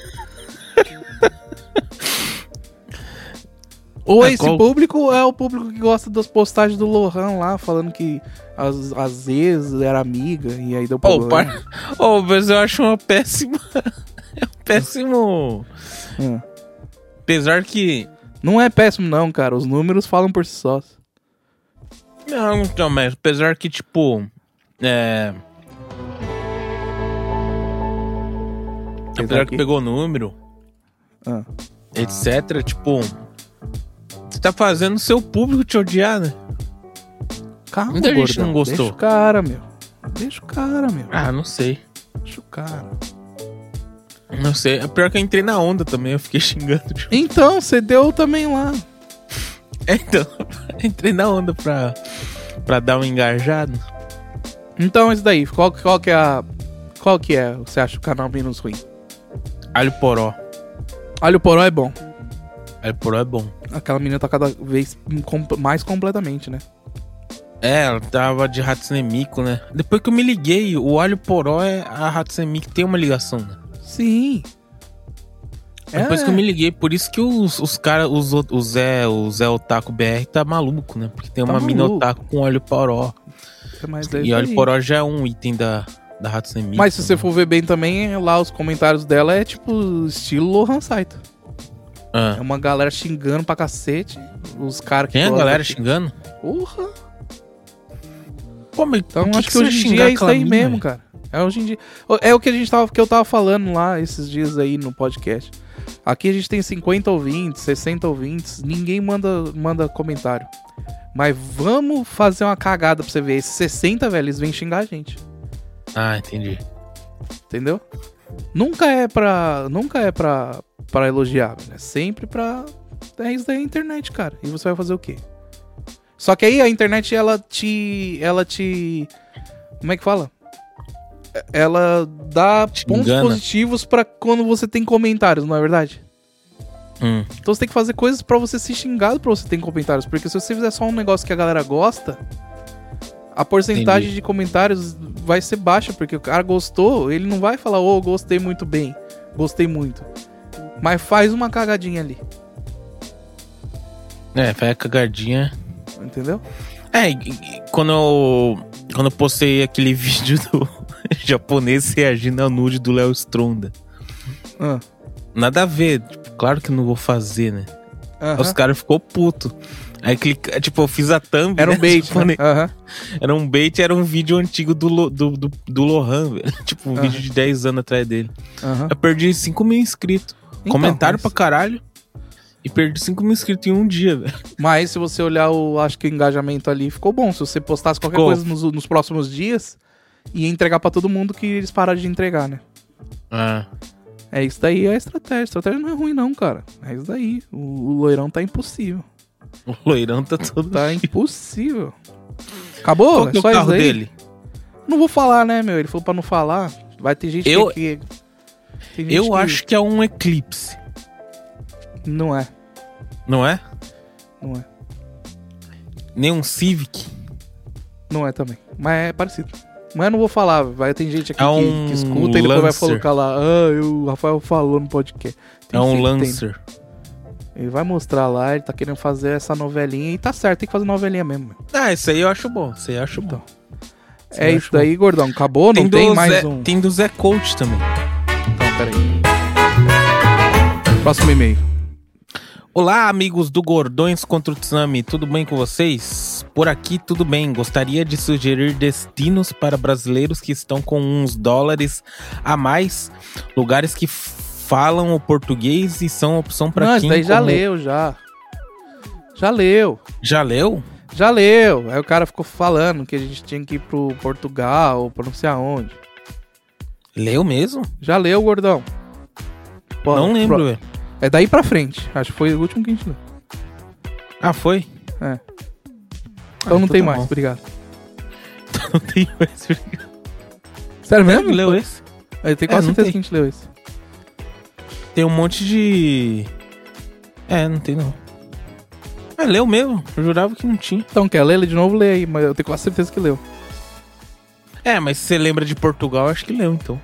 S1: Ou
S2: Ah,
S1: esse
S2: qual-
S1: público é o público que gosta das postagens do Lohan lá, falando que às, às vezes era amiga e aí deu
S2: Ô,
S1: problema.
S2: par- Ô, mas eu acho uma péssima. é um péssimo.
S1: Hum.
S2: Apesar que.
S1: Não é péssimo não, cara. Os números falam por si só.
S2: Não, então, mas apesar que, tipo. É. Apesar que
S1: que-
S2: pegou o número,
S1: Ah.
S2: etc. Tipo. Você tá fazendo o seu público te odiar, né?
S1: Calma,
S2: Muita gente
S1: gordão.
S2: não gostou.
S1: Deixa o cara, meu. Deixa o cara, meu.
S2: Ah, não sei.
S1: Deixa o cara.
S2: Não sei. É pior que eu entrei na onda também, eu fiquei xingando. tipo.
S1: Então, você deu também lá.
S2: É, Então, entrei na onda pra, pra dar um engajado.
S1: Então, isso daí. Qual, qual que é a, Qual que é, você acha, o canal menos ruim?
S2: Alho poró.
S1: Alho Poró é bom.
S2: Alho poró é bom.
S1: Aquela menina tá cada vez com- mais completamente, né?
S2: É, ela tava de Hatsune Miku, né? Depois que eu me liguei, o alho poró é a Hatsune Miku tem uma ligação, né?
S1: Sim. É,
S2: Depois que eu me liguei, por isso que os, os caras, os, o o Zé, o Zé Otaco BR tá maluco, né? Porque tem
S1: Tá
S2: uma mina
S1: maluco.
S2: otaku com óleo poró.
S1: É mais
S2: e
S1: daí.
S2: óleo poró já é um item da, da Hatsune Miku.
S1: Mas se você
S2: né?
S1: for ver bem também, lá os comentários dela é tipo estilo Lohan Saito.
S2: Ah.
S1: É uma galera xingando pra cacete. Os caras que.
S2: Tem a
S1: gostam
S2: galera
S1: de-
S2: xingando?
S1: Porra!
S2: Pô, mas
S1: Então
S2: por
S1: acho que,
S2: você
S1: hoje em
S2: xingar
S1: dia é isso
S2: aquela
S1: aí
S2: mina,
S1: mesmo,
S2: velho?
S1: cara. É hoje em dia. É o que a gente tava, que eu tava falando lá esses dias aí no podcast. Aqui a gente tem 50 ouvintes, 60 ouvintes, ninguém manda, manda comentário. Mas vamos fazer uma cagada pra você ver. Esses 60, velho, eles vêm xingar a gente.
S2: Ah, entendi.
S1: Entendeu? Nunca é pra. Nunca é pra, pra elogiar, velho. É sempre pra. É isso daí a internet, cara. E você vai fazer o quê? Só que aí a internet, ela te. Ela te. Como é que fala? É- Ela dá
S2: Te
S1: pontos
S2: engana.
S1: positivos pra quando você tem comentários, não é verdade?
S2: Hum.
S1: Então você tem que fazer coisas pra você ser xingado pra você ter comentários. Porque se você fizer só um negócio que a galera gosta, a porcentagem de comentários vai ser baixa. Porque o cara gostou, ele não vai falar, ô, gostei muito bem, gostei muito. Mas faz uma cagadinha ali,
S2: É, foi a cagadinha.
S1: entendeu?
S2: É, e- e quando eu, quando eu postei aquele vídeo do japonês reagindo ao nude do Léo Stronda.
S1: Ah,
S2: Nada a ver, tipo, claro que eu não vou fazer, né? Aí
S1: aham.
S2: Os caras ficou puto. Aí clica, tipo, eu fiz a thumb.
S1: Era um
S2: né?
S1: bait,
S2: Tipo,
S1: né?
S2: né?
S1: Aham.
S2: Era um bait, era um vídeo antigo do, Lo- do, do, do Lohan, velho. Tipo, um
S1: Aham.
S2: vídeo de 10 anos atrás dele.
S1: aham.
S2: Eu perdi 5 mil inscritos.
S1: Então,
S2: É Comentário
S1: mas-
S2: pra caralho. E perdi 5 mil inscritos em um dia, velho.
S1: Mas se você olhar, o, acho que o engajamento ali ficou bom. Se você postasse qualquer
S2: Ficou.
S1: coisa nos, nos próximos dias, ia entregar pra todo mundo que eles pararam de entregar, né?
S2: Ah,
S1: É isso daí, é a estratégia. A estratégia não é ruim, não, cara. É isso daí. O, o loirão tá impossível.
S2: o loirão tá todo.
S1: Tá impossível. Acabou?
S2: Qual que
S1: é
S2: é o
S1: só isso
S2: carro
S1: daí?
S2: dele?
S1: Não vou falar, né, meu? Ele falou pra não falar. Vai ter gente
S2: Eu-
S1: que. tem gente
S2: Eu
S1: que-
S2: acho que é um Eclipse,
S1: Não é,
S2: não é?
S1: não é.
S2: Nem um Civic.
S1: Não é também. Mas é parecido. Mas eu não vou falar. Vai ter gente aqui
S2: É
S1: que- que,
S2: um
S1: escuta e depois vai
S2: Lancer.
S1: colocar lá. Ah, eu- o Rafael falou no podcast. Tem
S2: é um
S1: gente que tem.
S2: Lancer.
S1: Ele vai mostrar lá, ele tá querendo fazer essa novelinha. E tá certo, tem que fazer novelinha mesmo. meu.
S2: Ah, isso aí eu acho bom. Isso aí eu acho bom. Isso
S1: É
S2: aí eu
S1: isso
S2: acho bom.
S1: daí, gordão. Acabou? Não
S2: Tem, é
S1: tem
S2: do
S1: mais
S2: Zé,
S1: um.
S2: tem do Zé Coach também.
S1: Não, peraí. Próximo e-mail.
S2: Olá, amigos do Gordões contra o Tsunami, tudo bem com vocês? Por aqui tudo bem. Gostaria de sugerir destinos para brasileiros que estão com uns dólares a mais, lugares que falam o português e são opção para
S1: Não, isso
S2: quem
S1: daí já
S2: como-
S1: leu, já. Já leu.
S2: Já leu?
S1: Já leu. Aí o cara ficou falando que a gente tinha que ir pro Portugal, ou pra não sei aonde.
S2: Leu mesmo?
S1: Já leu, gordão. Pô,
S2: Não lembro,
S1: pro-
S2: velho.
S1: É daí pra frente. Acho que foi o último que a gente leu.
S2: Ah, foi?
S1: Então não
S2: então
S1: tem
S2: tá
S1: mais,
S2: bom.
S1: obrigado.
S2: Não tem mais.
S1: Sério
S2: Não
S1: mesmo?
S2: leu esse?
S1: Eu tenho
S2: É, não
S1: quase certeza
S2: tem.
S1: que a gente leu esse.
S2: Tem um monte de. É, não tem não. Ah, leu mesmo? Eu jurava que não tinha.
S1: Então quer ler ele de novo? Lê aí, mas eu tenho quase certeza que leu.
S2: É, mas se você lembra de Portugal, acho que leu então.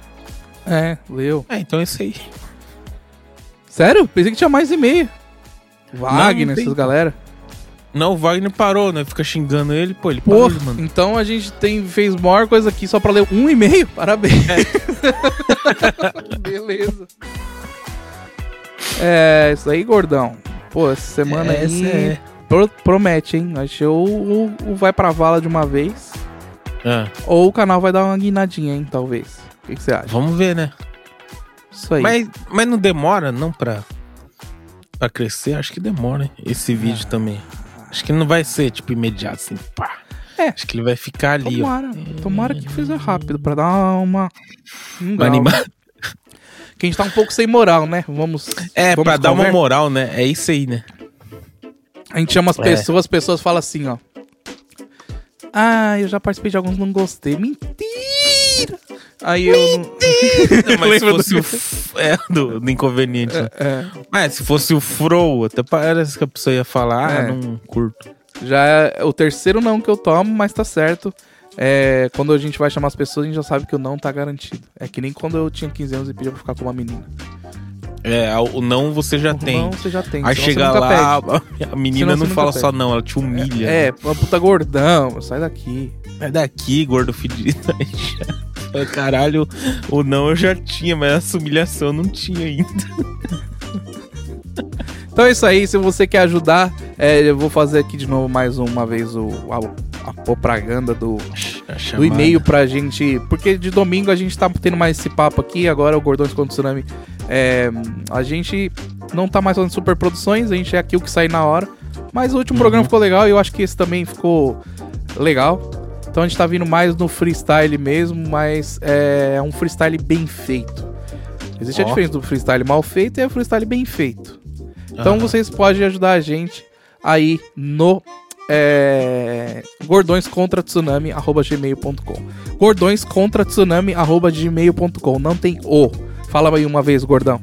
S1: É, leu.
S2: É, então é isso aí.
S1: Sério? Pensei que tinha mais e-mail.
S2: não
S1: Wagner,
S2: tem.
S1: essas galera.
S2: Não, o Wagner parou, né? Fica xingando ele, pô, ele parou,
S1: Porra,
S2: mano.
S1: então a gente tem, fez maior coisa aqui só pra ler um e-mail? Parabéns. Beleza. É, isso aí, gordão. Pô, essa semana
S2: É,
S1: aí pro- promete, hein? Acho que ou, ou- ou vai pra vala de uma vez,
S2: Ah,
S1: ou o canal vai dar uma guinadinha, hein? Talvez. O que que você acha?
S2: vamos ver, né?
S1: Isso aí.
S2: Mas, mas não demora, não, pra, pra crescer? Acho que demora, hein? Esse
S1: É.
S2: vídeo também. Acho que não vai ser, tipo, imediato, assim, pá.
S1: É.
S2: Acho que ele vai ficar ali, ó.
S1: tomara, tomara que fizer rápido pra dar uma. Um grau, né?
S2: Animar.
S1: Que a gente tá um pouco sem moral, né? Vamos.
S2: É,
S1: vamos
S2: pra dar uma
S1: conver-
S2: moral, né? É isso aí, né?
S1: A gente chama as
S2: É.
S1: pessoas, as pessoas falam assim, ó. Ah, eu já participei de alguns, não gostei. Mentira! Aí eu. não-
S2: Mas se
S1: Lembra do-
S2: fosse o. f- É, do, do inconveniente. né?
S1: É,
S2: Mas se fosse o Fro, até parece que a pessoa ia falar,
S1: É.
S2: ah, não curto.
S1: já é o terceiro não que eu tomo, mas tá certo. É, quando a gente vai chamar as pessoas, a gente já sabe que o não tá garantido. É que nem quando eu tinha 15 anos e pedia pra ficar com uma menina.
S2: É, o não você já
S1: O
S2: tem.
S1: Não, você já tem.
S2: Aí
S1: senão você
S2: chega
S1: nunca pede.
S2: lá, a
S1: Senão
S2: menina
S1: você
S2: não
S1: nunca
S2: fala
S1: pede.
S2: só não, ela te humilha.
S1: É, uma puta gordão, sai daqui.
S2: É daqui, gordo fedido. Aí já- Caralho, o não eu já tinha, mas essa humilhação eu não tinha ainda.
S1: Então é isso aí, se você quer ajudar, é, eu vou fazer aqui de novo mais uma vez o, a, a propaganda do, do e-mail pra gente. Porque de domingo a gente tá tendo mais esse papo aqui, agora o Gordões contra o Tsunami. É, a gente não tá mais fazendo super produções, a gente é aqui o que sai na hora. Mas o último programa ficou legal e eu acho que esse também ficou legal. Então a gente tá vindo mais no freestyle mesmo, mas é um freestyle bem feito. Existe a
S2: Ó.
S1: diferença do freestyle mal feito e o freestyle bem feito. Então
S2: Aham.
S1: vocês podem ajudar a gente aí no é, gordões contra tsunami arroba gmail.com gordões contra tsunami arroba gmail.com não tem o fala aí uma vez gordão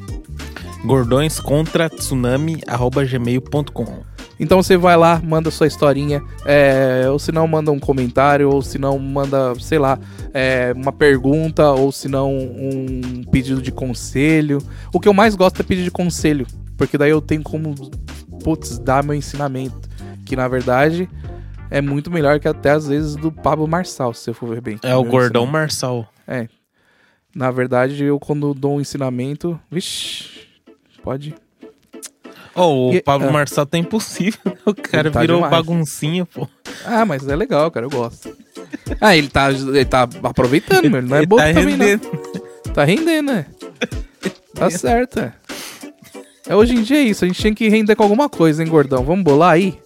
S2: Gordões contra tsunami arroba gmail.com.
S1: então você vai lá manda sua historinha é, ou se não manda um comentário ou se não manda sei lá é, uma pergunta ou se não um pedido de conselho o que eu mais gosto é pedir de conselho porque daí eu tenho como putz dar meu ensinamento que na verdade é muito melhor que até às vezes do Pablo Marçal, se eu for ver bem.
S2: É o
S1: Meu
S2: gordão Marçal.
S1: Na verdade, eu quando dou um ensinamento. Vixe, pode.
S2: Oh, o
S1: E-
S2: Pablo
S1: ah.
S2: Marçal tá impossível. O cara
S1: Ele tá
S2: virou
S1: demais.
S2: baguncinha, pô.
S1: Ah, mas é legal, cara, eu gosto. Ah, ele tá, ele tá aproveitando, meu. Ele não é
S2: Ele
S1: bobo
S2: tá
S1: também,
S2: rendendo.
S1: não. Tá rendendo, né? Tá certo. é. É, hoje em dia é isso, a gente tinha que render com alguma coisa, hein, gordão? Vamos bolar aí?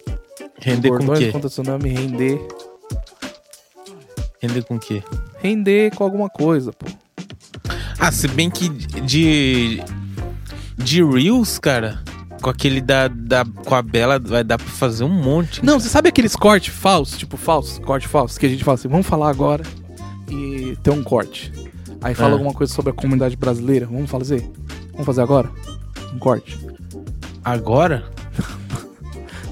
S2: Render com o
S1: Gordões
S2: quê?
S1: contra tsunami, render.
S2: Render com o quê?
S1: Render com alguma coisa, pô.
S2: Ah, se bem que de. De Reels, cara, com aquele da. da com a Bela, vai dar pra fazer um monte.
S1: Não, você sabe aqueles cortes falsos, tipo falso, corte falso, que a gente fala assim, vamos falar agora e ter um corte. Aí fala
S2: É.
S1: alguma coisa sobre a comunidade brasileira, vamos fazer? Vamos fazer agora? Um corte.
S2: Agora?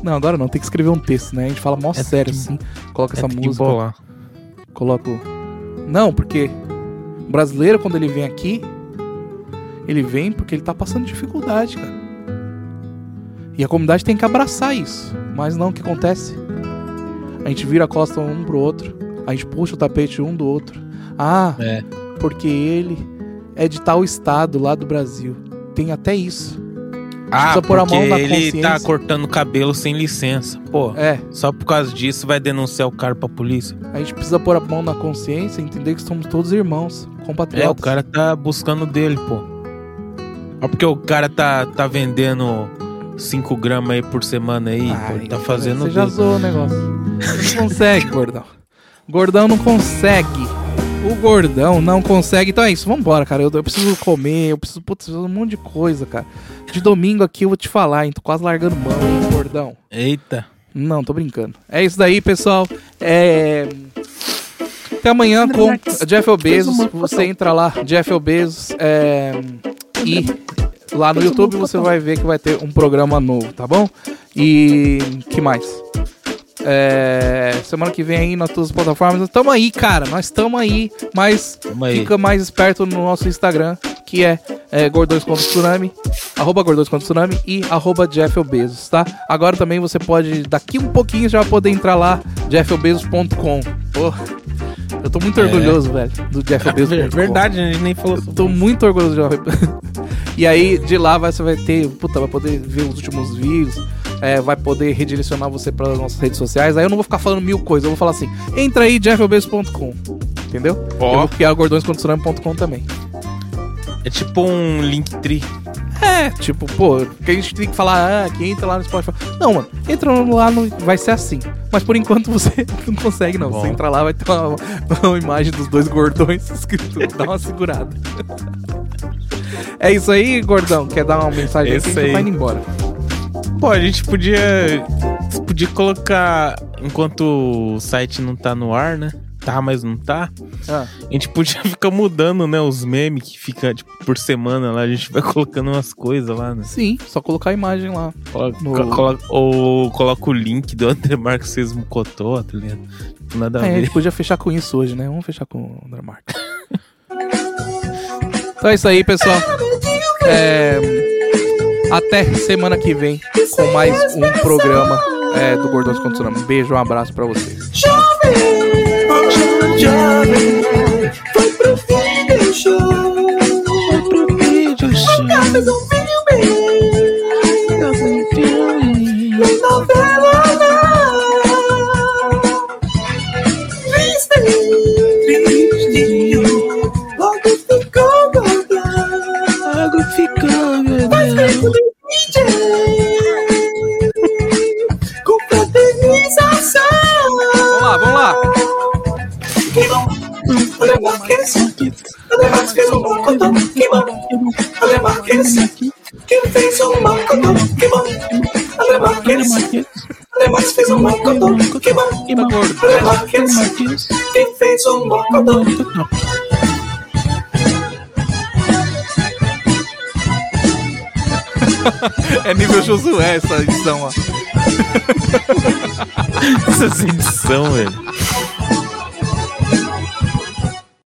S1: Não, agora não, tem que escrever um texto, né? A gente fala mó
S2: tem
S1: sério,
S2: que-
S1: assim, coloca essa
S2: É, tem que
S1: música,
S2: bolar.
S1: coloca o... Não, porque o brasileiro, quando ele vem aqui, ele vem porque ele tá passando dificuldade, cara. E a comunidade tem que abraçar isso. Mas não, o que acontece? A gente vira a costa um pro outro. A gente puxa o tapete um do outro. Ah,
S2: É.
S1: porque ele é de tal estado lá do Brasil. Tem até isso.
S2: Ah,
S1: Precisa pôr a mão
S2: porque
S1: na
S2: ele tá
S1: consciência.
S2: cortando cabelo sem licença. Pô,
S1: É,
S2: só por causa disso vai denunciar o cara pra polícia?
S1: a gente precisa pôr a mão na consciência e entender que somos todos irmãos, compatriotas.
S2: É, o cara tá buscando dele, pô. Ó, porque o cara tá, tá vendendo 5 gramas aí por semana aí, pô,
S1: Ai,
S2: ele tá fazendo
S1: Você já
S2: dele.
S1: zoou o negócio. Você não consegue, gordão. Gordão não consegue. O gordão não consegue. Então é isso, vambora, cara. Eu, eu preciso comer, eu preciso, putz, eu preciso de um monte de coisa, cara. De domingo aqui eu vou te falar, hein? Tô quase largando mão, hein, gordão.
S2: Eita.
S1: Não, tô brincando. É isso daí, pessoal. É... Até amanhã com Jeff Bezos. Você entra lá, Jeff Bezos. é, E lá no YouTube você vai ver que vai ter um programa novo, tá bom? E que mais? É, Semana que vem aí nas todas as plataformas. Tamo aí, cara. Nós tamo aí, mas
S2: Tamo aí.
S1: fica mais esperto no nosso Instagram, que é, é Gordões contra o Tsunami, arroba Gordões contra o Tsunami e arroba Jeff Bezos, tá? Agora também você pode, daqui um pouquinho, já vai poder entrar lá, jeffobezos.com. Pô, eu tô muito
S2: É.
S1: orgulhoso, velho, do Jeff Bezos.
S2: Ver- É Verdade, a gente nem falou
S1: Eu
S2: sobre
S1: Tô muito orgulhoso de Jovem Pan. E aí, de lá vai- você vai ter, puta, vai poder ver os últimos vídeos, é, vai poder redirecionar você para as nossas redes sociais. Aí eu não vou ficar falando mil coisas, eu vou falar assim: entra aí, jeffobes.com. Entendeu?
S2: Ó.
S1: Eu vou criar o gordõescondicionamento.com também.
S2: É tipo um Linktree.
S1: É, tipo, pô, que a gente tem que falar, ah, que entra lá no Spotify. Não, mano, entra lá no. Vai ser assim. Mas por enquanto você não consegue, não.
S2: Bom.
S1: Você entra lá, vai ter uma, uma imagem dos dois gordões escrito. Dá uma segurada. É isso aí, gordão. Quer dar uma mensagem
S2: É
S1: aqui? A
S2: isso
S1: gente
S2: aí.
S1: vai indo embora.
S2: Pô, a gente podia. Podia colocar. Enquanto o site não tá no ar, né? tá, mas não tá.
S1: Ah.
S2: A gente podia ficar mudando, né? Os memes que fica, tipo, por semana lá. A gente vai colocando umas coisas lá, né?
S1: Sim, só colocar a imagem lá.
S2: Coloca,
S1: No-
S2: co- coloca- ou coloca o link do André Marques fez um cotó, tá ligado? Tipo, nada a
S1: É, a
S2: ver.
S1: gente podia fechar com isso hoje, né? Vamos fechar com o André Marques. então é isso aí, pessoal. É, até semana que vem com mais um programa é, do Gordões contra o Tsunami. Um beijo, um abraço pra vocês.
S4: Jovem, jovem, foi pro vídeo show. Foi pro vídeo show. fez um filme. Fez um filme. Fez novela não. Triste. Triste. Logo ficou gordão. Logo ficou gordão. Mas fez um DJ. Com fraternização.
S1: Vamos lá, vamos lá.
S4: Ademais fez um bom cotão, que bom. Ademais que fez um bom cotão, que bom. Ademais Ademais fez um bom cotão, que bom.
S1: Tá gordo.
S4: Ademais que fez um bom cotão.
S1: É nível Josué essa edição, ó.
S2: Essa edição, velho.